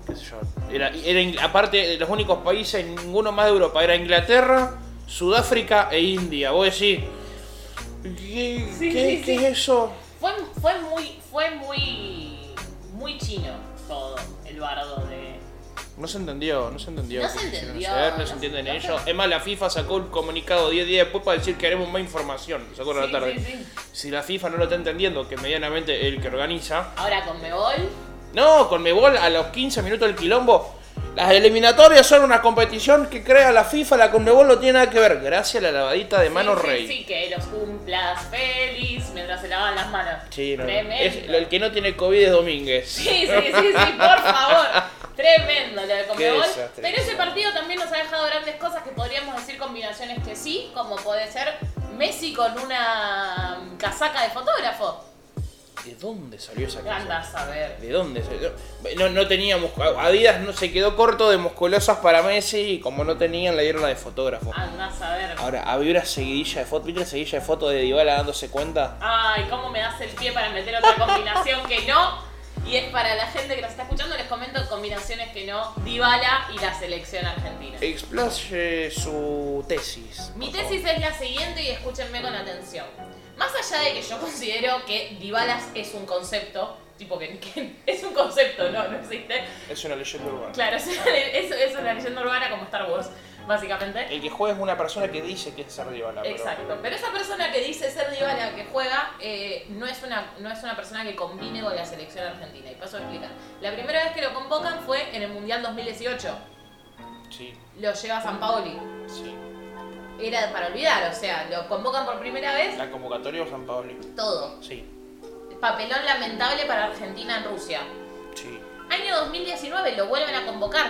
[SPEAKER 1] qué sé yo. Era, era In- aparte de los únicos países, ninguno más de Europa, era Inglaterra, Sudáfrica e India. Vos decís, ¿qué,
[SPEAKER 2] Sí,
[SPEAKER 1] qué- qué
[SPEAKER 2] sí, sí.
[SPEAKER 1] es eso?
[SPEAKER 2] Fue, fue muy, fue muy, muy chino todo el bardo de...
[SPEAKER 1] No se entendió, no se entendió.
[SPEAKER 2] No
[SPEAKER 1] qué
[SPEAKER 2] se
[SPEAKER 1] quisieron
[SPEAKER 2] entendió,
[SPEAKER 1] hacer, no,
[SPEAKER 2] no
[SPEAKER 1] se
[SPEAKER 2] se-
[SPEAKER 1] entienden
[SPEAKER 2] no se-
[SPEAKER 1] ellos. Es más, la FIFA sacó un comunicado 10 días después para decir que haremos más información. Se acuerdan
[SPEAKER 2] Sí,
[SPEAKER 1] la tarde.
[SPEAKER 2] sí, sí.
[SPEAKER 1] Si la FIFA no lo está entendiendo, que medianamente el que organiza.
[SPEAKER 2] Ahora con Mebol,
[SPEAKER 1] No, con Mebol a los 15 minutos del quilombo. Las eliminatorias son una competición que crea la FIFA, la Conmebol no tiene nada que ver. Gracias a la lavadita de mano
[SPEAKER 2] sí, sí,
[SPEAKER 1] rey.
[SPEAKER 2] Sí, que los cumplas feliz mientras se lavan las manos.
[SPEAKER 1] Sí, no, no.
[SPEAKER 2] Tremendo.
[SPEAKER 1] Es- el que no tiene COVID es Domínguez.
[SPEAKER 2] Sí, sí, sí, sí, por favor. Tremendo lo de Comebol.
[SPEAKER 1] Qué desastre.
[SPEAKER 2] Pero ese partido también nos ha dejado grandes cosas que podríamos decir combinaciones que sí, como puede ser Messi con una casaca de fotógrafo.
[SPEAKER 1] ¿De dónde salió esa
[SPEAKER 2] Anda a
[SPEAKER 1] cosa?
[SPEAKER 2] saber.
[SPEAKER 1] ¿De dónde salió? No, no tenía muscu- Adidas no se quedó corto de musculosas para Messi y como no tenían, le dieron la de fotógrafo.
[SPEAKER 2] Anda a saber.
[SPEAKER 1] Ahora, había una seguidilla de fotos, ¿viste la seguidilla de fotos de Dybala dándose cuenta?
[SPEAKER 2] Ay, cómo me das el pie para meter otra combinación que no. Y es para la gente que nos está escuchando, les comento combinaciones que no. Dybala y la selección argentina.
[SPEAKER 1] Explaye su tesis.
[SPEAKER 2] Mi
[SPEAKER 1] por favor.
[SPEAKER 2] tesis es la siguiente y escúchenme con atención. Más allá de que yo considero que Dybala es un concepto, tipo que, que es un concepto, no, no existe.
[SPEAKER 1] Es una leyenda urbana.
[SPEAKER 2] Claro, es, es- es una leyenda urbana como Star Wars, básicamente.
[SPEAKER 1] El que juega es una persona que dice que es ser Dybala. pero-
[SPEAKER 2] Exacto. Pero esa persona que dice ser Dybala que juega eh, no, es una, no es una persona que combine con la selección argentina. Y paso a explicar. La primera vez que lo convocan fue en el Mundial 2018.
[SPEAKER 1] Sí,
[SPEAKER 2] Lo lleva San Paoli.
[SPEAKER 1] sí.
[SPEAKER 2] Era para olvidar, o sea, lo convocan por primera vez,
[SPEAKER 1] La convocatoria o San Pablo.
[SPEAKER 2] todo.
[SPEAKER 1] Sí,
[SPEAKER 2] Papelón lamentable para Argentina en Rusia.
[SPEAKER 1] sí.
[SPEAKER 2] Año 2019 lo vuelven a convocar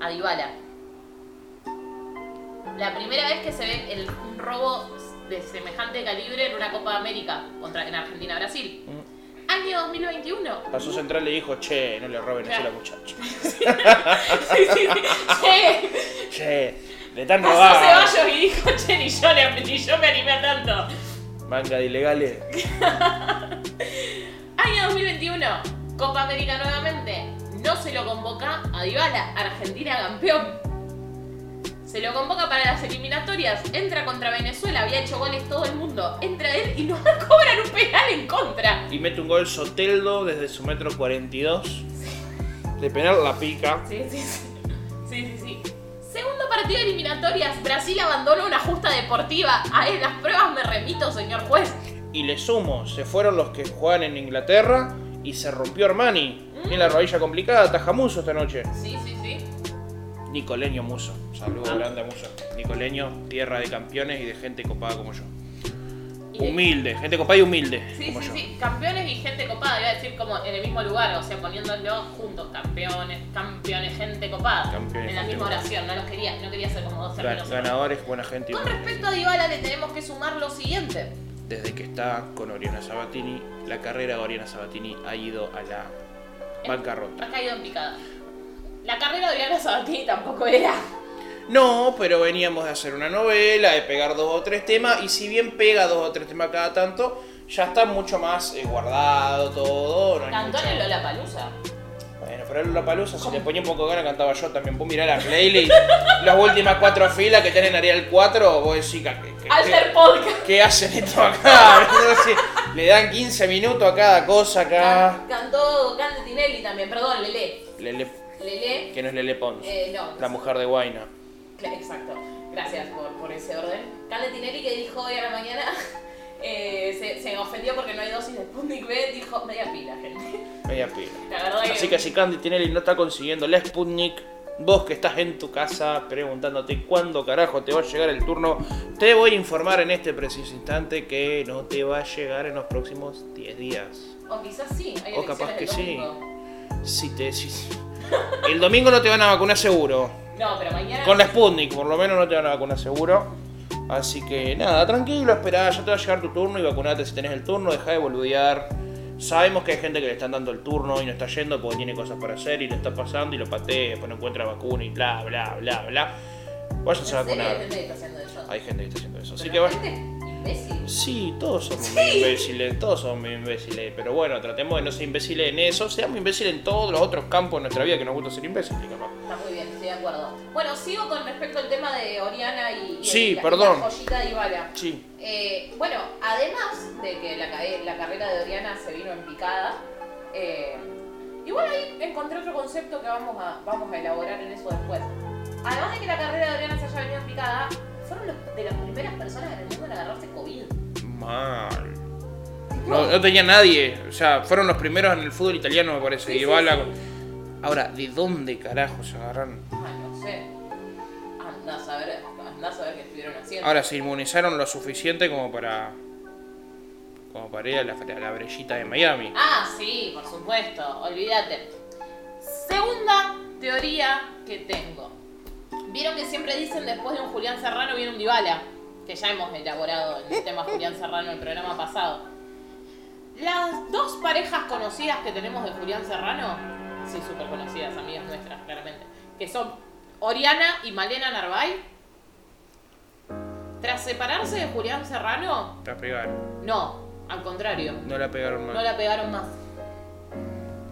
[SPEAKER 2] a Dybala. La primera vez que se ve el, un robo de semejante calibre en una Copa de América contra, en Argentina-Brasil. Año 2021.
[SPEAKER 1] Pasó central le dijo, che, no le roben eso a la
[SPEAKER 2] Claro.
[SPEAKER 1] muchacha.
[SPEAKER 2] Sí, sí, sí. Che,
[SPEAKER 1] Che, le están
[SPEAKER 2] pasó
[SPEAKER 1] robando.
[SPEAKER 2] Ceballos y dijo, che, ni yo, le- ni yo me animé a tanto.
[SPEAKER 1] Manga de ilegales.
[SPEAKER 2] Año 2021. Copa América nuevamente, no se lo convoca a Dybala, Argentina campeón. Se lo convoca para las eliminatorias, entra contra Venezuela, había hecho goles todo el mundo, entra él y nos cobran un penal en contra.
[SPEAKER 1] Y mete un gol Soteldo desde su metro 42. De penal la pica.
[SPEAKER 2] Sí, sí, sí. Sí, sí, sí. Segundo partido de eliminatorias, Brasil abandona una justa deportiva. A él las pruebas me remito, señor juez.
[SPEAKER 1] Y le sumo, se fueron los que juegan en Inglaterra y se rompió Armani. Tiene la rodilla complicada, taja Muso esta noche.
[SPEAKER 2] Sí, sí, sí.
[SPEAKER 1] Nicoleño Muso.
[SPEAKER 2] Ah.
[SPEAKER 1] Saludos grande a Muso. Nicoleño, tierra de campeones y de gente copada como yo.
[SPEAKER 2] Y de-
[SPEAKER 1] Humilde, gente copada y humilde.
[SPEAKER 2] Sí,
[SPEAKER 1] como
[SPEAKER 2] sí,
[SPEAKER 1] yo.
[SPEAKER 2] sí, campeones y gente copada, iba a decir como en el mismo lugar, o sea, poniéndolo juntos, campeones, campeones, gente copada,
[SPEAKER 1] Campeones,
[SPEAKER 2] en la
[SPEAKER 1] gente
[SPEAKER 2] misma
[SPEAKER 1] copada.
[SPEAKER 2] oración, no los quería, no quería hacer como dos
[SPEAKER 1] Gan-
[SPEAKER 2] términos.
[SPEAKER 1] Ganadores, buena gente. y
[SPEAKER 2] Con
[SPEAKER 1] humilde.
[SPEAKER 2] respecto a Dybala le tenemos que sumar lo siguiente,
[SPEAKER 1] Desde que está con Oriana Sabatini, la carrera de Oriana Sabatini ha ido a la bancarrota.
[SPEAKER 2] ha caído en picada. La carrera de Oriana Sabatini tampoco era.
[SPEAKER 1] No, pero veníamos de hacer una novela, de pegar dos o tres temas, y si bien pega dos o tres temas cada tanto, ya está mucho más eh, guardado todo. no hay
[SPEAKER 2] Cantó
[SPEAKER 1] mucho-
[SPEAKER 2] en la Palusa.
[SPEAKER 1] Bueno, pero la palusa, si le ponía un poco de ganas, cantaba yo también. Vos mirá la playlist, las últimas cuatro filas que tienen Arial 4, vos decís que. que- que-
[SPEAKER 2] Alter Polka.
[SPEAKER 1] ¿Qué hacen esto acá? Entonces, le dan 15 minutos a cada cosa acá.
[SPEAKER 2] Can- Cantó Cande Tinelli también, perdón, Lele.
[SPEAKER 1] Lele,
[SPEAKER 2] Lele,
[SPEAKER 1] que no es Lele Pons,
[SPEAKER 2] eh, no.
[SPEAKER 1] la mujer de Guaina.
[SPEAKER 2] Cla- Exacto, gracias por, por ese orden. Cande Tinelli que dijo hoy a la mañana, eh, se, se ofendió porque no hay dosis de Sputnik B, dijo media pila, gente.
[SPEAKER 1] Media pila.
[SPEAKER 2] La verdad que...
[SPEAKER 1] Así que si Candy Tinelli no está consiguiendo la Sputnik, vos que estás en tu casa preguntándote cuándo carajo te va a llegar el turno, te voy a informar en este preciso instante que no te va a llegar en los próximos 10 días.
[SPEAKER 2] O quizás sí, hay
[SPEAKER 1] O capaz
[SPEAKER 2] elecciones
[SPEAKER 1] que
[SPEAKER 2] el
[SPEAKER 1] sí.
[SPEAKER 2] domingo.
[SPEAKER 1] Si te decís. El domingo no te van a vacunar seguro.
[SPEAKER 2] No, pero mañana...
[SPEAKER 1] Con la Sputnik, por lo menos no te van a vacunar seguro. Así que nada, tranquilo, esperá, ya te va a llegar tu turno y vacunate si tenés el turno, deja de boludear. Sabemos que hay gente que le están dando el turno y no está yendo porque tiene cosas para hacer y lo está pasando y lo patea, después no encuentra vacuna y bla, bla, bla, bla. Váyanse a
[SPEAKER 2] ¿En serio
[SPEAKER 1] vacunar.
[SPEAKER 2] hay gente que está haciendo eso?
[SPEAKER 1] Hay gente que está haciendo eso. Así
[SPEAKER 2] Pero
[SPEAKER 1] que
[SPEAKER 2] la
[SPEAKER 1] vayan.
[SPEAKER 2] gente imbécil.
[SPEAKER 1] Sí, todos somos medio imbéciles, todos somos medio imbéciles, pero bueno, tratemos de no ser imbéciles en eso, seamos imbéciles en todos los otros campos de nuestra vida que nos gusta ser imbéciles, capaz.
[SPEAKER 2] Está muy bien, estoy de acuerdo. Bueno, sigo con respecto al tema de Oriana y, y
[SPEAKER 1] Sí,
[SPEAKER 2] el- la,
[SPEAKER 1] perdón.
[SPEAKER 2] la joyita de Ibala.
[SPEAKER 1] Sí,
[SPEAKER 2] Eh, bueno, además de que la, ca- la carrera de Oriana se vino en picada, eh, igual ahí encontré otro concepto que vamos a, vamos a elaborar en eso después. Además de que la carrera de Oriana se haya venido en picada, fueron los- de las primeras personas en el mundo en agarrarse COVID.
[SPEAKER 1] Mal. No, no tenía nadie. O sea, fueron los primeros en el fútbol italiano, me parece.
[SPEAKER 2] Sí, sí,
[SPEAKER 1] Dybala
[SPEAKER 2] sí.
[SPEAKER 1] con- Ahora, ¿de dónde carajo se agarraron?
[SPEAKER 2] Ah, no sé. Andá a saber, andá a saber qué estuvieron haciendo.
[SPEAKER 1] Ahora, se inmunizaron lo suficiente como para. como para ir a la, a la brellita de Miami.
[SPEAKER 2] Ah, sí, por supuesto, olvídate. Segunda teoría que tengo. Vieron que siempre dicen después de un Julián Serrano viene un Dybala, que ya hemos elaborado en el tema Julián Serrano en el programa pasado. Las dos parejas conocidas que tenemos de Julián Serrano, sí, súper conocidas, amigas nuestras, claramente, que son Oriana y Malena Narváez, tras separarse de Julián Serrano,
[SPEAKER 1] La pegaron.
[SPEAKER 2] no, al contrario,
[SPEAKER 1] No la pegaron
[SPEAKER 2] no
[SPEAKER 1] mal.
[SPEAKER 2] la pegaron más.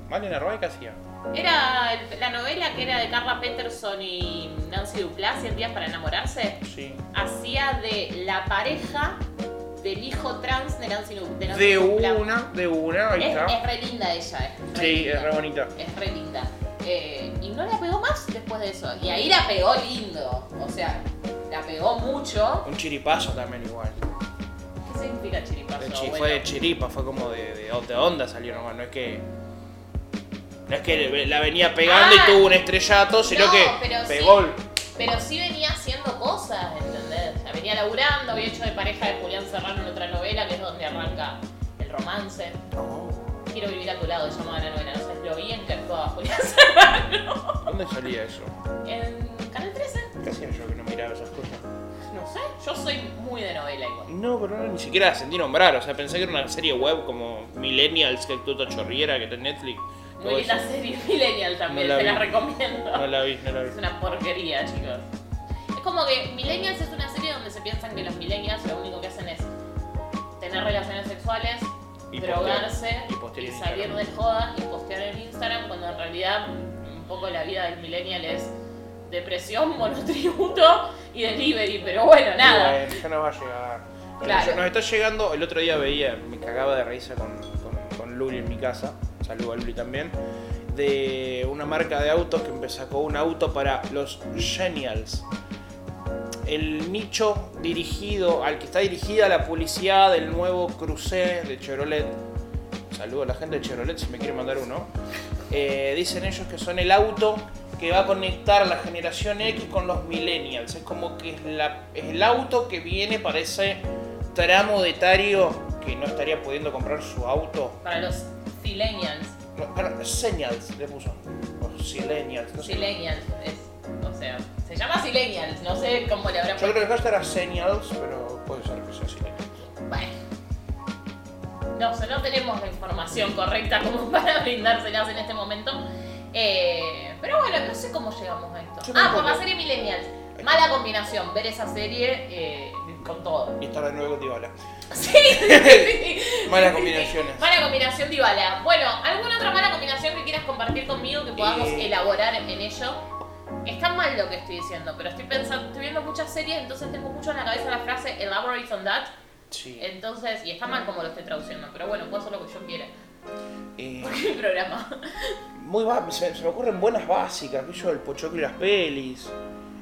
[SPEAKER 1] Malena Roy qué hacía.
[SPEAKER 2] Era el- la novela que era de Carla Peterson y Nancy Duplass, 100 días para enamorarse.
[SPEAKER 1] Sí.
[SPEAKER 2] Hacía de la pareja del hijo trans de Nancy, Du- de Nancy
[SPEAKER 1] De
[SPEAKER 2] Duplass.
[SPEAKER 1] una, de una, ahí
[SPEAKER 2] Es, es
[SPEAKER 1] está.
[SPEAKER 2] re linda ella, es re
[SPEAKER 1] Sí,
[SPEAKER 2] linda.
[SPEAKER 1] es re bonita.
[SPEAKER 2] Es re linda. Eh, y no la pegó más después de eso. Y ahí la pegó lindo. O sea, la pegó mucho.
[SPEAKER 1] Un chiripazo también igual.
[SPEAKER 2] ¿Qué significa chiripazo?
[SPEAKER 1] De chi-
[SPEAKER 2] abuelo?
[SPEAKER 1] Fue de chiripa, fue como de, de, de onda salió nomás, no es que. No es que la venía pegando
[SPEAKER 2] Ah.
[SPEAKER 1] y tuvo un estrellato, sino
[SPEAKER 2] No,
[SPEAKER 1] que
[SPEAKER 2] pero sí.
[SPEAKER 1] pegó. el-
[SPEAKER 2] Pero sí venía haciendo cosas, ¿entendés? O sea, venía laburando, había hecho de pareja de Julián Serrano en otra novela, que es donde arranca el romance. Quiero vivir a tu lado, se llamaba la novela. No sé lo bien que actuaba Julián Serrano.
[SPEAKER 1] ¿Dónde salía eso?
[SPEAKER 2] En Canal 13,
[SPEAKER 1] ¿Qué hacía yo que no miraba esas cosas?
[SPEAKER 2] no sé. Yo soy muy de novela igual.
[SPEAKER 1] No, pero no, ni siquiera la sentí nombrar, o sea, pensé que era una serie web como Millennials, que tú chorriera, que está en Netflix.
[SPEAKER 2] Muy
[SPEAKER 1] todo
[SPEAKER 2] linda
[SPEAKER 1] eso.
[SPEAKER 2] serie Millennial también,
[SPEAKER 1] No la
[SPEAKER 2] se la
[SPEAKER 1] vi.
[SPEAKER 2] recomiendo.
[SPEAKER 1] No la vi, no la vi.
[SPEAKER 2] Es una porquería, chicos. Es como que Millennials es una serie donde se piensan que los millennials lo único que hacen es tener relaciones sexuales,
[SPEAKER 1] Y
[SPEAKER 2] drogarse
[SPEAKER 1] postear- y postear
[SPEAKER 2] y,
[SPEAKER 1] en
[SPEAKER 2] salir de
[SPEAKER 1] Instagram.
[SPEAKER 2] joda y postear en Instagram cuando en realidad mm, un poco la vida del millennial es depresión, monotributo y delivery, pero bueno, nada.
[SPEAKER 1] Bueno, ya nos va a llegar.
[SPEAKER 2] Claro.
[SPEAKER 1] Nos está llegando, el otro día veía, me cagaba de risa con, con, con Luli en mi casa, saludo a Luli también, de una marca de autos que empezó sacó un auto para los genials. El nicho dirigido, al que está dirigida la publicidad del nuevo crucé de Chevrolet. Saludo a la gente de Chevrolet si me quiere mandar uno. Eh, dicen ellos que son el auto que va a conectar la generación X con los millennials. Es como que es, la- es el auto que viene para ese tramo de etario que no estaría pudiendo comprar su auto.
[SPEAKER 2] Para los silenials,
[SPEAKER 1] No, perdón, Señals le puso. O Silenials, no sé.
[SPEAKER 2] silenials, es, o sea, se llama silenials, no sé cómo le habrán
[SPEAKER 1] Yo creo que el hashtag era Señals, pero puede ser que sea Silenials.
[SPEAKER 2] Bueno. No, o sea, no tenemos la información correcta como para brindárselas en este momento. Eh, pero bueno, no sé cómo llegamos a esto.
[SPEAKER 1] Yo
[SPEAKER 2] ah,
[SPEAKER 1] tampoco.
[SPEAKER 2] por la serie Millennials. Mala combinación, ver esa serie eh, con todo.
[SPEAKER 1] Y estar de nuevo con Dybala.
[SPEAKER 2] Sí, sí, sí.
[SPEAKER 1] Malas combinaciones.
[SPEAKER 2] Mala combinación, Dybala. Bueno, ¿alguna otra mala combinación que quieras compartir conmigo que podamos
[SPEAKER 1] Eh.
[SPEAKER 2] elaborar en ello? Está mal lo que estoy diciendo, pero estoy pensando, estoy viendo muchas series, entonces tengo mucho en la cabeza la frase elaborate on that.
[SPEAKER 1] Sí.
[SPEAKER 2] Entonces, y está mal
[SPEAKER 1] Ah.
[SPEAKER 2] como lo estoy traduciendo, pero bueno, puedo hacer lo que yo quiera.
[SPEAKER 1] Eh,
[SPEAKER 2] Porque el programa.
[SPEAKER 1] muy ba- se, se me ocurren buenas básicas, aquello del pochoclo y las pelis.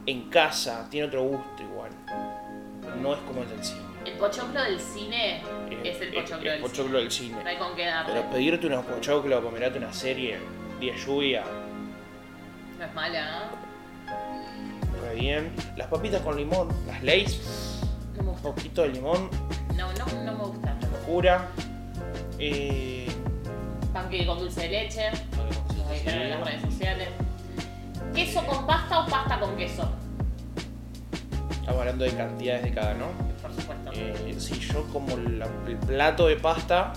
[SPEAKER 1] En casa, tiene otro gusto igual. No es como el del cine.
[SPEAKER 2] El pochoclo del cine es el
[SPEAKER 1] el
[SPEAKER 2] pochoclo del cine.
[SPEAKER 1] Eh, pochoclo del cine.
[SPEAKER 2] No hay con qué darle.
[SPEAKER 1] Pero pedirte unos pochoclos para mirarte una serie, día lluvia,
[SPEAKER 2] No es mala, ¿eh?
[SPEAKER 1] re bien. Las papitas con limón, las leis,
[SPEAKER 2] No me
[SPEAKER 1] un
[SPEAKER 2] gusta.
[SPEAKER 1] poquito de limón,
[SPEAKER 2] No, no, no me gusta.
[SPEAKER 1] locura. Eh,
[SPEAKER 2] Panque con dulce de leche. Lo
[SPEAKER 1] Sí.
[SPEAKER 2] dijeron en las redes sociales. ¿Queso con pasta o pasta con queso?
[SPEAKER 1] estamos hablando de cantidades de cada, ¿no?
[SPEAKER 2] Por supuesto.
[SPEAKER 1] Eh, si yo como la- el plato de pasta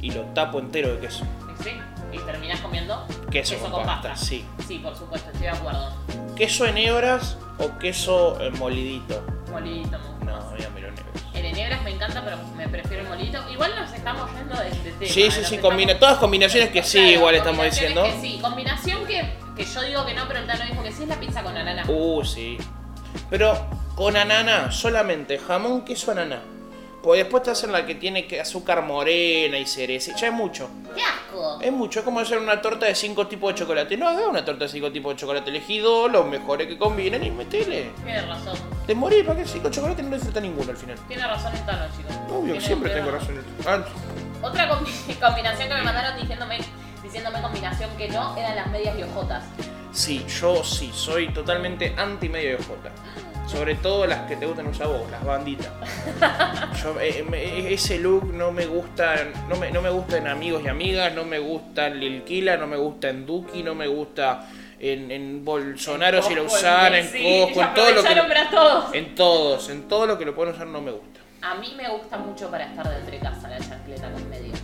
[SPEAKER 1] y lo tapo entero de queso.
[SPEAKER 2] ¿Sí? ¿Y terminás comiendo?
[SPEAKER 1] Queso con pasta, sí.
[SPEAKER 2] Sí, por supuesto, estoy de acuerdo.
[SPEAKER 1] ¿Queso en hebras o queso eh, molidito?
[SPEAKER 2] Molidito, me gusta
[SPEAKER 1] No, mira, mira, en hebras.
[SPEAKER 2] El enebras me encanta, pero me prefiero el molito. Igual nos estamos yendo de, de tema.
[SPEAKER 1] Sí, sí,
[SPEAKER 2] nos
[SPEAKER 1] sí,
[SPEAKER 2] estamos-
[SPEAKER 1] combina, todas combinaciones que sí,
[SPEAKER 2] Claro,
[SPEAKER 1] igual estamos diciendo.
[SPEAKER 2] combinaciones que sí, combinación que, que yo digo que no, pero el Tano dijo que sí es la pizza con ananá.
[SPEAKER 1] Uh, sí. Pero con ananá, solamente jamón, queso, ananá. Pues después te hacen la que tiene que- azúcar morena y cereza. Ya es mucho.
[SPEAKER 2] ¡Qué asco!
[SPEAKER 1] Es mucho. Es como hacer una torta de cinco tipos de chocolate. No hagas una torta de cinco tipos de chocolate. Elegí dos, los mejores que combinen y metele.
[SPEAKER 2] Tiene razón.
[SPEAKER 1] Te morís, ¿para qué cinco chocolates no disfruta ninguno al final?
[SPEAKER 2] Tiene razón el Tano, chicos.
[SPEAKER 1] Obvio,
[SPEAKER 2] Tiene-
[SPEAKER 1] siempre
[SPEAKER 2] tiene
[SPEAKER 1] tengo razón. Ah,
[SPEAKER 2] Otra combi- combinación que me mandaron diciéndome, diciéndome combinación que no eran las medias biojotas.
[SPEAKER 1] sí, yo sí, soy totalmente anti medio de J. Sobre todo las que te gustan usar vos, las banditas. Yo, eh, me- ese look no me gusta, no me, no me gusta en amigos y amigas, no me gusta en Lil Kila, no me gusta en Duki, no me gusta en, en Bolsonaro si lo
[SPEAKER 2] Cosco,
[SPEAKER 1] usan, en
[SPEAKER 2] sí,
[SPEAKER 1] Cosco, en todo lo
[SPEAKER 2] aprovecharon
[SPEAKER 1] que.
[SPEAKER 2] para todos.
[SPEAKER 1] En todos, en todo lo que lo pueden usar no me gusta.
[SPEAKER 2] A mí me gusta mucho para estar de entre casa la chancleta con media.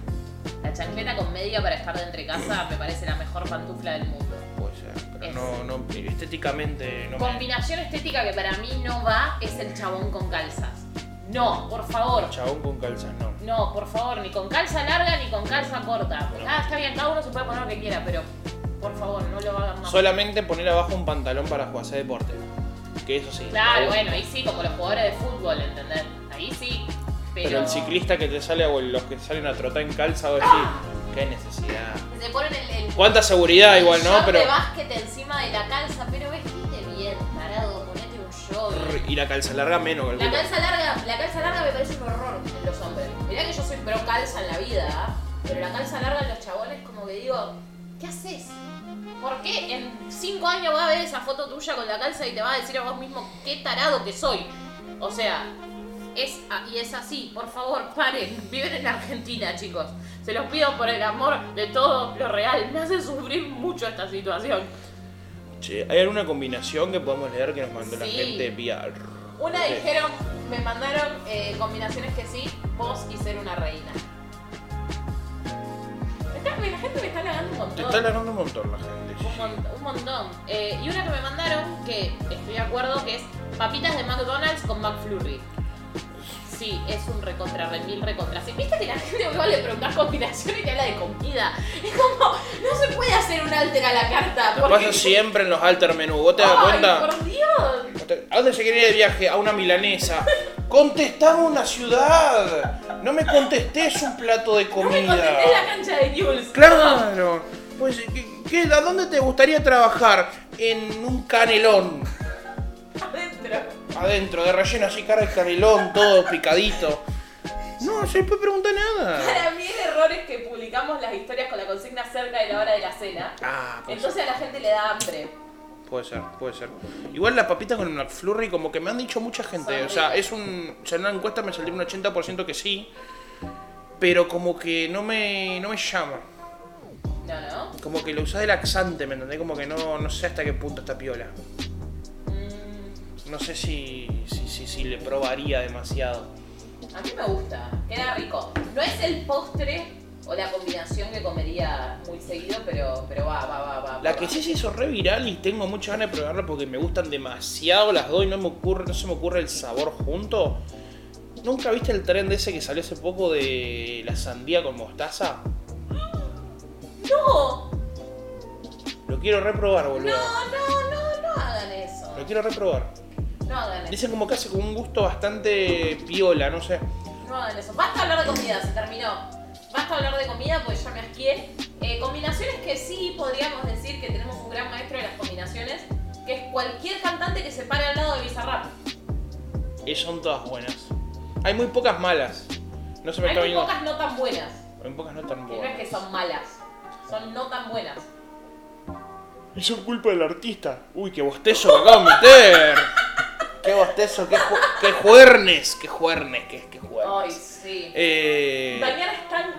[SPEAKER 2] La chancleta con media para estar de entre casa me parece la mejor pantufla del mundo.
[SPEAKER 1] Puede ser, pero no, no, estéticamente no me.
[SPEAKER 2] Combinación estética que para mí no va es el chabón con calzas. No, por favor.
[SPEAKER 1] Chabón con calzas, no.
[SPEAKER 2] No, por favor, ni con calza larga ni con calza corta. Ah, está bien, cada uno se puede poner lo que quiera, pero por favor, no lo hagan más.
[SPEAKER 1] Solamente poner abajo un pantalón para jugar hacer deporte. Que eso sí.
[SPEAKER 2] Claro,
[SPEAKER 1] me gusta.
[SPEAKER 2] bueno, ahí sí, como los jugadores de fútbol, ¿entendés? Ahí sí, pero...
[SPEAKER 1] Pero... el ciclista que te sale o los que salen a trotar en calza o decir, qué necesidad.
[SPEAKER 2] Se ponen el... el
[SPEAKER 1] Cuánta seguridad
[SPEAKER 2] el
[SPEAKER 1] igual, ¿no?
[SPEAKER 2] short
[SPEAKER 1] Pero
[SPEAKER 2] de básquet encima de la calza, pero vestite bien, tarado, ponete un short.
[SPEAKER 1] y la calza larga menos,
[SPEAKER 2] La
[SPEAKER 1] calculo.
[SPEAKER 2] calza larga, la calza larga me parece un horror en los hombres. Mirá que yo soy pro calza en la vida, ¿ah? pero la calza larga en los chabones como que digo, ¿qué haces? ¿Por qué en cinco años vas a ver esa foto tuya con la calza y te vas a decir a vos mismo qué tarado que soy? O sea, es a- y es así, por favor, paren, viven en Argentina, chicos. Se los pido por el amor de todo lo real. Me hace sufrir mucho esta situación.
[SPEAKER 1] Che, ¿hay alguna combinación que podemos leer que nos mandó la
[SPEAKER 2] Sí.
[SPEAKER 1] gente vía r-
[SPEAKER 2] Una
[SPEAKER 1] Ok.
[SPEAKER 2] dijeron, me mandaron eh, combinaciones que sí, vos y ser una reina. Me está- me- la gente me está halagando un
[SPEAKER 1] Te
[SPEAKER 2] montón.
[SPEAKER 1] está alargando un montón la gente.
[SPEAKER 2] Un, mon- un montón. Eh, y una que me mandaron, que estoy de acuerdo, que es papitas de McDonald's con McFlurry. sí, es un recontra, remil recontra. sí. Viste que la gente me vale preguntar combinación y te habla de comida. Es como, no se puede hacer un alter a la carta.
[SPEAKER 1] Lo pasa siempre en los alter menú, ¿vos te das
[SPEAKER 2] ¡Ay,
[SPEAKER 1] cuenta?
[SPEAKER 2] por Dios!
[SPEAKER 1] ¿A dónde se quería ir de viaje? A una milanesa. Contestame una ciudad. No me contestes un plato de
[SPEAKER 2] No me contestés la
[SPEAKER 1] comida.
[SPEAKER 2] cancha de Jules.
[SPEAKER 1] Claro. Pues, ¿qué, qué- a dónde te gustaría trabajar? En un canelón.
[SPEAKER 2] Adentro.
[SPEAKER 1] Adentro, de relleno así, cara de canelón, todo picadito. No, se puede preguntar nada.
[SPEAKER 2] Para mí el error es que publicamos las historias con la consigna cerca de la hora de la cena.
[SPEAKER 1] Ah, puede ser,
[SPEAKER 2] Entonces a la gente le da hambre.
[SPEAKER 1] puede ser, puede ser. Igual la papita con el McFlurry, como que me han dicho mucha gente. O sea, es un. O sea, en una encuesta me salió un 80% que sí. Pero como que no me, no me llama.
[SPEAKER 2] No, no.
[SPEAKER 1] Como que lo usás de laxante, ¿me entendés? Como que no, no sé hasta qué punto está piola.
[SPEAKER 2] Mm,
[SPEAKER 1] No sé si, si, si, si le probaría demasiado.
[SPEAKER 2] a mí me gusta. Queda rico. No es el postre o la combinación que comería muy seguido, pero, pero va, va, va, va.
[SPEAKER 1] La
[SPEAKER 2] va.
[SPEAKER 1] que sí se hizo re viral y tengo muchas ganas de probarla porque me gustan demasiado las dos y no, me ocurre, no se me ocurre el sabor junto. ¿Nunca viste el tren de ese que salió hace poco de la sandía con mostaza?
[SPEAKER 2] No,
[SPEAKER 1] Lo quiero reprobar,
[SPEAKER 2] no,
[SPEAKER 1] boludo.
[SPEAKER 2] no, no, no hagan eso.
[SPEAKER 1] Lo quiero reprobar.
[SPEAKER 2] No hagan eso.
[SPEAKER 1] Dicen como que hace como un gusto bastante piola, no sé.
[SPEAKER 2] No hagan eso. Basta hablar de comida, se terminó. Basta hablar de comida porque ya me asquié. Eh, combinaciones que sí podríamos decir que tenemos un gran maestro de las combinaciones, que es cualquier cantante que se pare al lado de Bizarrap.
[SPEAKER 1] Eh, son todas buenas. Hay muy pocas malas. No se me
[SPEAKER 2] Hay
[SPEAKER 1] está
[SPEAKER 2] muy
[SPEAKER 1] viendo.
[SPEAKER 2] pocas no tan buenas.
[SPEAKER 1] Hay pocas no tan
[SPEAKER 2] Que no es
[SPEAKER 1] buenas.
[SPEAKER 2] que son malas, son no tan buenas.
[SPEAKER 1] Eso es culpa del artista. Uy, qué bostezo que acabo de meter. Qué bostezo, qué, ju- qué juernes, qué juernes, qué, qué
[SPEAKER 2] Ay,
[SPEAKER 1] juernes.
[SPEAKER 2] sí.
[SPEAKER 1] Eh,
[SPEAKER 2] Mañana es tan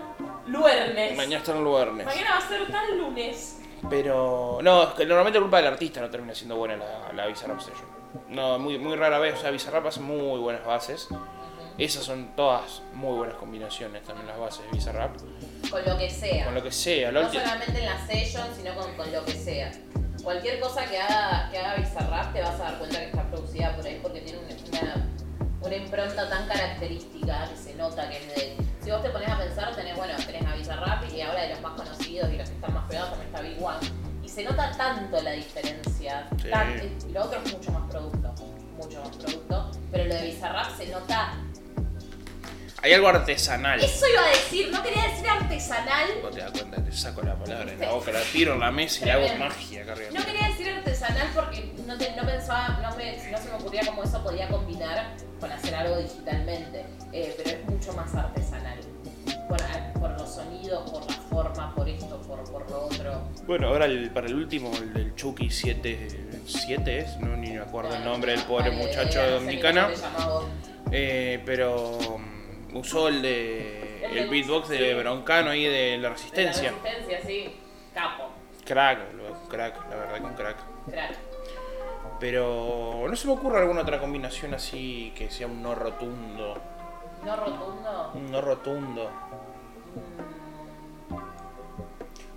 [SPEAKER 2] luernes.
[SPEAKER 1] mañana están los juernes.
[SPEAKER 2] Mañana va a ser tan lunes.
[SPEAKER 1] Pero no, es que normalmente es culpa del artista no termina siendo buena la, la Bizarrap Session. No, muy, muy rara vez. O sea, Bizarrap hace muy buenas bases. Esas son todas muy buenas combinaciones también las bases de Bizarrap.
[SPEAKER 2] Con lo que sea.
[SPEAKER 1] Con lo que sea. La
[SPEAKER 2] No
[SPEAKER 1] ulti-
[SPEAKER 2] solamente en la session, sino con, con lo que sea. Cualquier cosa que haga, que haga Bizarrap te vas a dar cuenta que está producida por ahí porque tiene una, una- una impronta tan característica que se nota que es de él. Si vos te pones a pensar, tenés, bueno, tenés a Bizarrap y ahora de los más conocidos y los que están más pegados también está Big One. Y se nota tanto la diferencia.
[SPEAKER 1] Sí.
[SPEAKER 2] tan- y lo otro es mucho más producto, mucho más producto. Pero lo de Bizarrap se nota...
[SPEAKER 1] Hay algo artesanal.
[SPEAKER 2] Eso iba a decir, no quería decir artesanal,
[SPEAKER 1] Vos te das cuenta, te saco la palabra en la boca, la tiro en la mesa y le hago magia acá arriba.
[SPEAKER 2] No quería decir artesanal porque no, te- no pensaba, no, me- no se me ocurría cómo eso podía combinar con hacer algo digitalmente, Eh, pero es mucho más artesanal. Por, ah, por los sonidos, por la forma, por esto, por, por lo otro.
[SPEAKER 1] Bueno, ahora el- para el último, el del Chucky 7, 7 es, no, ni me acuerdo el nombre
[SPEAKER 2] eh,
[SPEAKER 1] del pobre
[SPEAKER 2] Vale,
[SPEAKER 1] muchacho
[SPEAKER 2] no sé
[SPEAKER 1] de
[SPEAKER 2] ni
[SPEAKER 1] dominicana,
[SPEAKER 2] cómo se llama vos.
[SPEAKER 1] eh, pero mm, usó el de
[SPEAKER 2] El
[SPEAKER 1] el
[SPEAKER 2] de-
[SPEAKER 1] beatbox de
[SPEAKER 2] sí.
[SPEAKER 1] Broncano ahí de la
[SPEAKER 2] De la
[SPEAKER 1] Resistencia.
[SPEAKER 2] Resistencia, sí. Capo.
[SPEAKER 1] Crack, boludo, crack, la verdad que un crack.
[SPEAKER 2] Crack.
[SPEAKER 1] Pero no se me ocurre alguna otra combinación así que sea un no rotundo.
[SPEAKER 2] No rotundo.
[SPEAKER 1] Un no rotundo.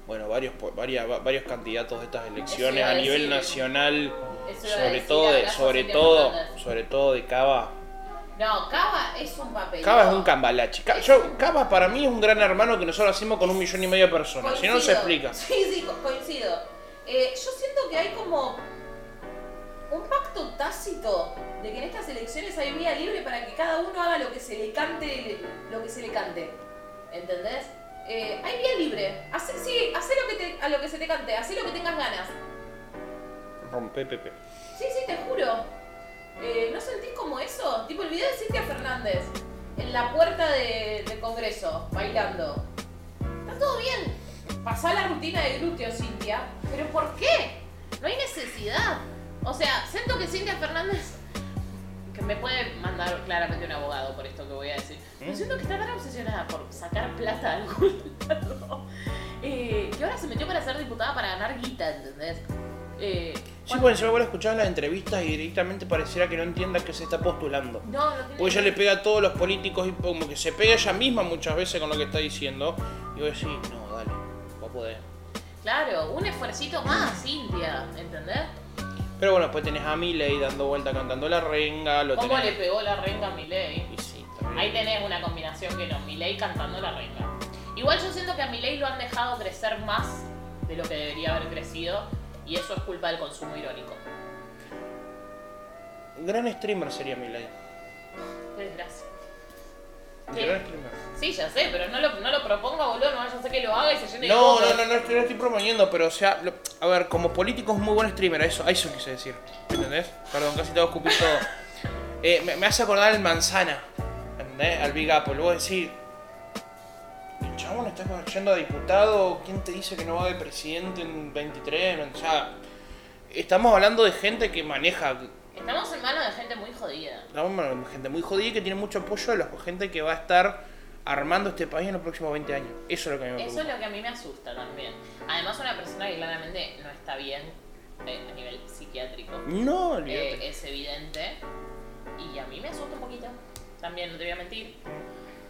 [SPEAKER 1] Bueno, varios, po- varia- va- varios candidatos de estas elecciones
[SPEAKER 2] iba
[SPEAKER 1] a
[SPEAKER 2] a
[SPEAKER 1] nivel
[SPEAKER 2] decir.
[SPEAKER 1] nacional,
[SPEAKER 2] Eso iba a
[SPEAKER 1] sobre
[SPEAKER 2] decir,
[SPEAKER 1] todo, de,
[SPEAKER 2] abrazo
[SPEAKER 1] sobre
[SPEAKER 2] Silvia
[SPEAKER 1] todo,
[SPEAKER 2] Fernández.
[SPEAKER 1] sobre todo de Cava.
[SPEAKER 2] No, Cava es un papel.
[SPEAKER 1] Cava es un cambalache. Ca- yo- Cava para mí es un gran hermano que nosotros hacemos con un millón y medio de personas. Si no, no se
[SPEAKER 2] Coincido.
[SPEAKER 1] explica.
[SPEAKER 2] Sí, sí, co- coincido. Eh, yo siento que hay como un pacto tácito de que en estas elecciones hay vía libre para que cada uno haga lo que se le cante, lo que se le cante. ¿Entendés? Eh, hay vía libre. Hacé, sí, hacé lo que te- a lo que se te cante, hacé lo que tengas ganas.
[SPEAKER 1] Rompe Pepe.
[SPEAKER 2] Sí, sí, te juro. Eh, ¿No sentís como eso? Tipo el video de Cintia Fernández en la puerta de- del Congreso, bailando. Está todo bien. Pasá la rutina de glúteo, Cintia. ¿Pero por qué? No hay necesidad. O sea, siento que Cintia Fernández. Que me puede mandar claramente un abogado por esto que voy a decir. Pero
[SPEAKER 1] ¿Mm?
[SPEAKER 2] siento que está tan obsesionada por sacar plata de algún lado. eh, que ahora se metió para ser diputada para ganar guita, ¿entendés? Eh,
[SPEAKER 1] Sí, bueno, encima vos escuchar las entrevistas y directamente pareciera que no entienda que se está postulando.
[SPEAKER 2] No, no tiene
[SPEAKER 1] Porque ella le pega a todos los políticos y como que se pega ella misma muchas veces con lo que está diciendo. Y vos decís, no, dale, va a poder.
[SPEAKER 2] Claro, un esfuercito más, Cintia, ¿entendés?
[SPEAKER 1] Pero bueno, después tenés a Miley dando vuelta cantando la renga, lo
[SPEAKER 2] ¿Cómo
[SPEAKER 1] tenés.
[SPEAKER 2] le pegó la renga a Milei?
[SPEAKER 1] Y sí, está
[SPEAKER 2] Ahí tenés una combinación que no, Milei cantando la renga. Igual yo siento que a Milei lo han dejado crecer más de lo que debería haber crecido y eso es culpa del consumo irónico.
[SPEAKER 1] Gran streamer sería Milei.
[SPEAKER 2] Qué desgracia. ¿Qué?
[SPEAKER 1] Gran streamer.
[SPEAKER 2] Sí, ya sé, pero no lo, no lo proponga, boludo, no vaya a ser que lo haga y se llene de
[SPEAKER 1] No,
[SPEAKER 2] votos.
[SPEAKER 1] no, no, no estoy, no estoy proponiendo, pero o sea, lo- a ver, como político es muy buen streamer, eso, a eso quise decir. ¿Entendés? Perdón, casi te voy a escupir todo. Eh, me, me hace acordar al manzana, ¿entendés? Al Big Apple. Vos decís, el chabón está yendo a diputado, ¿quién te dice que no va de presidente en 23? O sea, estamos hablando de gente que maneja
[SPEAKER 2] Estamos en manos de gente muy jodida.
[SPEAKER 1] la bomba, gente muy jodida y que tiene mucho apoyo de la gente que va a estar armando este país en los próximos 20 años. Eso es lo que a mí me
[SPEAKER 2] Eso
[SPEAKER 1] preocupa.
[SPEAKER 2] es lo que a mí me asusta también. Además, una persona que claramente no está bien eh, a nivel psiquiátrico
[SPEAKER 1] No, olvídate.
[SPEAKER 2] eh, es evidente. Y a mí me asusta un poquito. También, no te voy a mentir.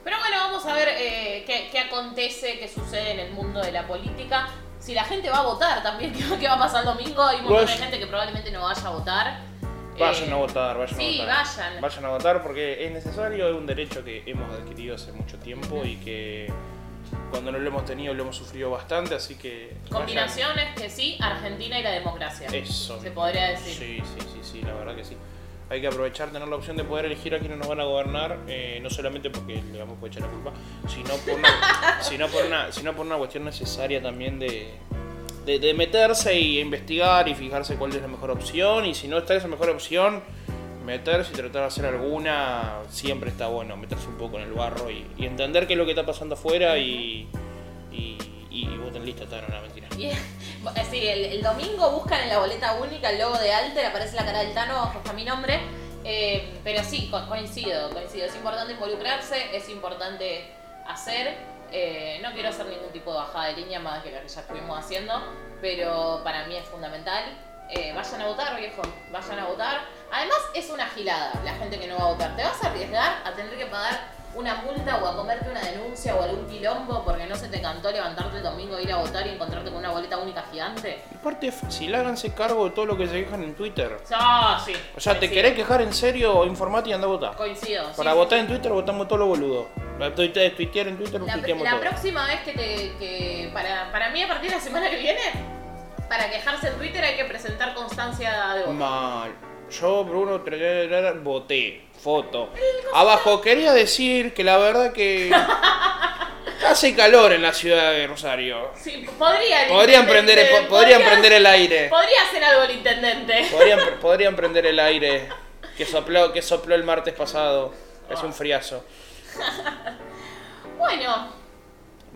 [SPEAKER 2] Pero bueno, vamos a ver eh, qué, qué acontece, qué sucede en el mundo de la política. Si la gente va a votar también, creo que va a pasar el domingo. Hay un montón de
[SPEAKER 1] Pues-
[SPEAKER 2] gente que probablemente no vaya a votar.
[SPEAKER 1] Vayan
[SPEAKER 2] Eh,
[SPEAKER 1] a votar, vayan
[SPEAKER 2] sí,
[SPEAKER 1] a votar.
[SPEAKER 2] vayan.
[SPEAKER 1] Vayan a votar porque es necesario, es un derecho que hemos adquirido hace mucho tiempo y que cuando no lo hemos tenido lo hemos sufrido bastante, así que. vayan.
[SPEAKER 2] Combinaciones que sí, Argentina y la democracia.
[SPEAKER 1] Eso.
[SPEAKER 2] Se podría decir.
[SPEAKER 1] Sí, sí, sí, sí, la verdad que sí. Hay que aprovechar, tener la opción de poder elegir a quienes nos van a gobernar, eh, no solamente porque le vamos a echar la culpa, sino por una, sino por una, sino por una cuestión necesaria también de, de, de meterse y investigar y fijarse cuál es la mejor opción. Y si no está esa mejor opción, meterse y tratar de hacer alguna siempre está bueno, meterse un poco en el barro y, y entender qué es lo que está pasando afuera y, y, y, voten lista, está, no, no, mentira.
[SPEAKER 2] Y- Sí, el, el domingo buscan en la boleta única el logo de Alter, aparece la cara del Tano, está mi nombre. Eh, pero sí, co- coincido, coincido. Es importante involucrarse, es importante hacer. Eh, no quiero hacer ningún tipo de bajada de línea más que la que ya estuvimos haciendo, pero para mí es fundamental. Eh, vayan a votar, viejo, vayan a votar. Además, es una gilada la gente que no va a votar. Te vas a arriesgar a tener que pagar una multa o a comerte una denuncia o algún quilombo porque no se te cantó levantarte el domingo, ir a votar y encontrarte con una boleta única gigante.
[SPEAKER 1] Aparte es fácil, háganse cargo de todo lo que se quejan en Twitter.
[SPEAKER 2] Ah, sí.
[SPEAKER 1] O sea, ¿te
[SPEAKER 2] Coincido.
[SPEAKER 1] querés quejar en serio? Informate y anda a votar.
[SPEAKER 2] Coincido. sí,
[SPEAKER 1] Para
[SPEAKER 2] sí.
[SPEAKER 1] votar en Twitter votamos todos los boludos. Para tuite- Tuitear en Twitter,
[SPEAKER 2] La,
[SPEAKER 1] tuiteamos
[SPEAKER 2] la
[SPEAKER 1] todo.
[SPEAKER 2] próxima vez que te. Que para, para mí, a partir de la semana que viene, para quejarse en Twitter hay que presentar constancia de voto.
[SPEAKER 1] Mal. Yo, Bruno, tra- tra- tra- tra- voté. Foto. Abajo, quería decir que la verdad que. hace calor en la ciudad de Rosario.
[SPEAKER 2] Sí, podría. el
[SPEAKER 1] Podrían
[SPEAKER 2] intendente-
[SPEAKER 1] prender, el- po- podrían
[SPEAKER 2] podría-
[SPEAKER 1] prender el aire.
[SPEAKER 2] Podría hacer algo el intendente.
[SPEAKER 1] Podrían, pr- podrían prender el aire que sopló, que sopló el martes pasado. Es
[SPEAKER 2] Ah.
[SPEAKER 1] un friazo.
[SPEAKER 2] Bueno,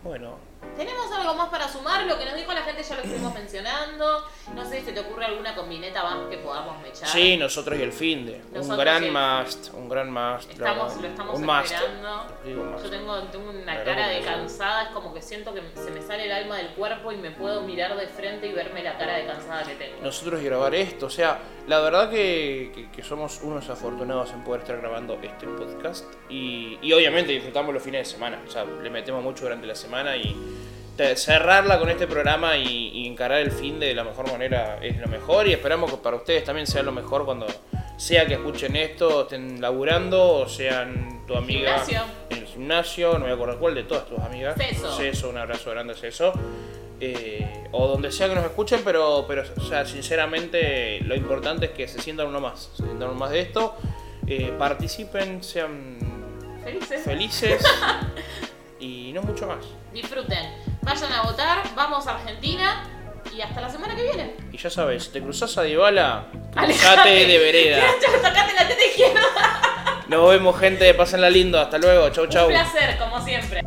[SPEAKER 1] Bueno,
[SPEAKER 2] tenemos algo más para sumar. Lo que nos dijo la gente ya lo estuvimos mencionando. No sé si se te ocurre alguna combineta más que podamos mechar.
[SPEAKER 1] Sí, nosotros y el finde. Un
[SPEAKER 2] Nosotros y
[SPEAKER 1] gran
[SPEAKER 2] el-
[SPEAKER 1] must, un gran must. la
[SPEAKER 2] Estamos,
[SPEAKER 1] verdad.
[SPEAKER 2] lo estamos
[SPEAKER 1] un must.
[SPEAKER 2] esperando.
[SPEAKER 1] Digo must.
[SPEAKER 2] Yo tengo, tengo una
[SPEAKER 1] Claro,
[SPEAKER 2] cara de
[SPEAKER 1] porque-
[SPEAKER 2] cansada, es como que siento que se me sale el alma del cuerpo y me puedo mirar de frente y verme la cara de cansada que tengo.
[SPEAKER 1] Nosotros y grabar esto, o sea, la verdad que, que- que somos unos afortunados en poder estar grabando este podcast y, y obviamente disfrutamos los fines de semana, o sea, le metemos mucho durante la semana y te- cerrarla con este programa y, y encarar el fin de la mejor manera es lo mejor y esperamos que para ustedes también sea lo mejor cuando sea que escuchen esto, estén laburando o sean tu amiga
[SPEAKER 2] Gimnasio.
[SPEAKER 1] en el gimnasio, no me acuerdo cuál de todas tus amigas.
[SPEAKER 2] Ceso.
[SPEAKER 1] Ceso, un abrazo grande a Ceso. Eh, o donde sea que nos escuchen, pero, pero o sea, sinceramente lo importante es que se sientan uno más, se sientan uno más de esto, eh, participen, sean
[SPEAKER 2] ¿Felices?
[SPEAKER 1] felices y no mucho más.
[SPEAKER 2] Disfruten. Vayan a votar, vamos a Argentina y hasta la semana que viene.
[SPEAKER 1] Y ya sabes, si te cruzas a Dybala, cruzate
[SPEAKER 2] Alejate
[SPEAKER 1] de vereda.
[SPEAKER 2] Tocate la teta izquierda.
[SPEAKER 1] Nos vemos gente, pasenla lindo, hasta luego, chau chau.
[SPEAKER 2] Un placer, como siempre.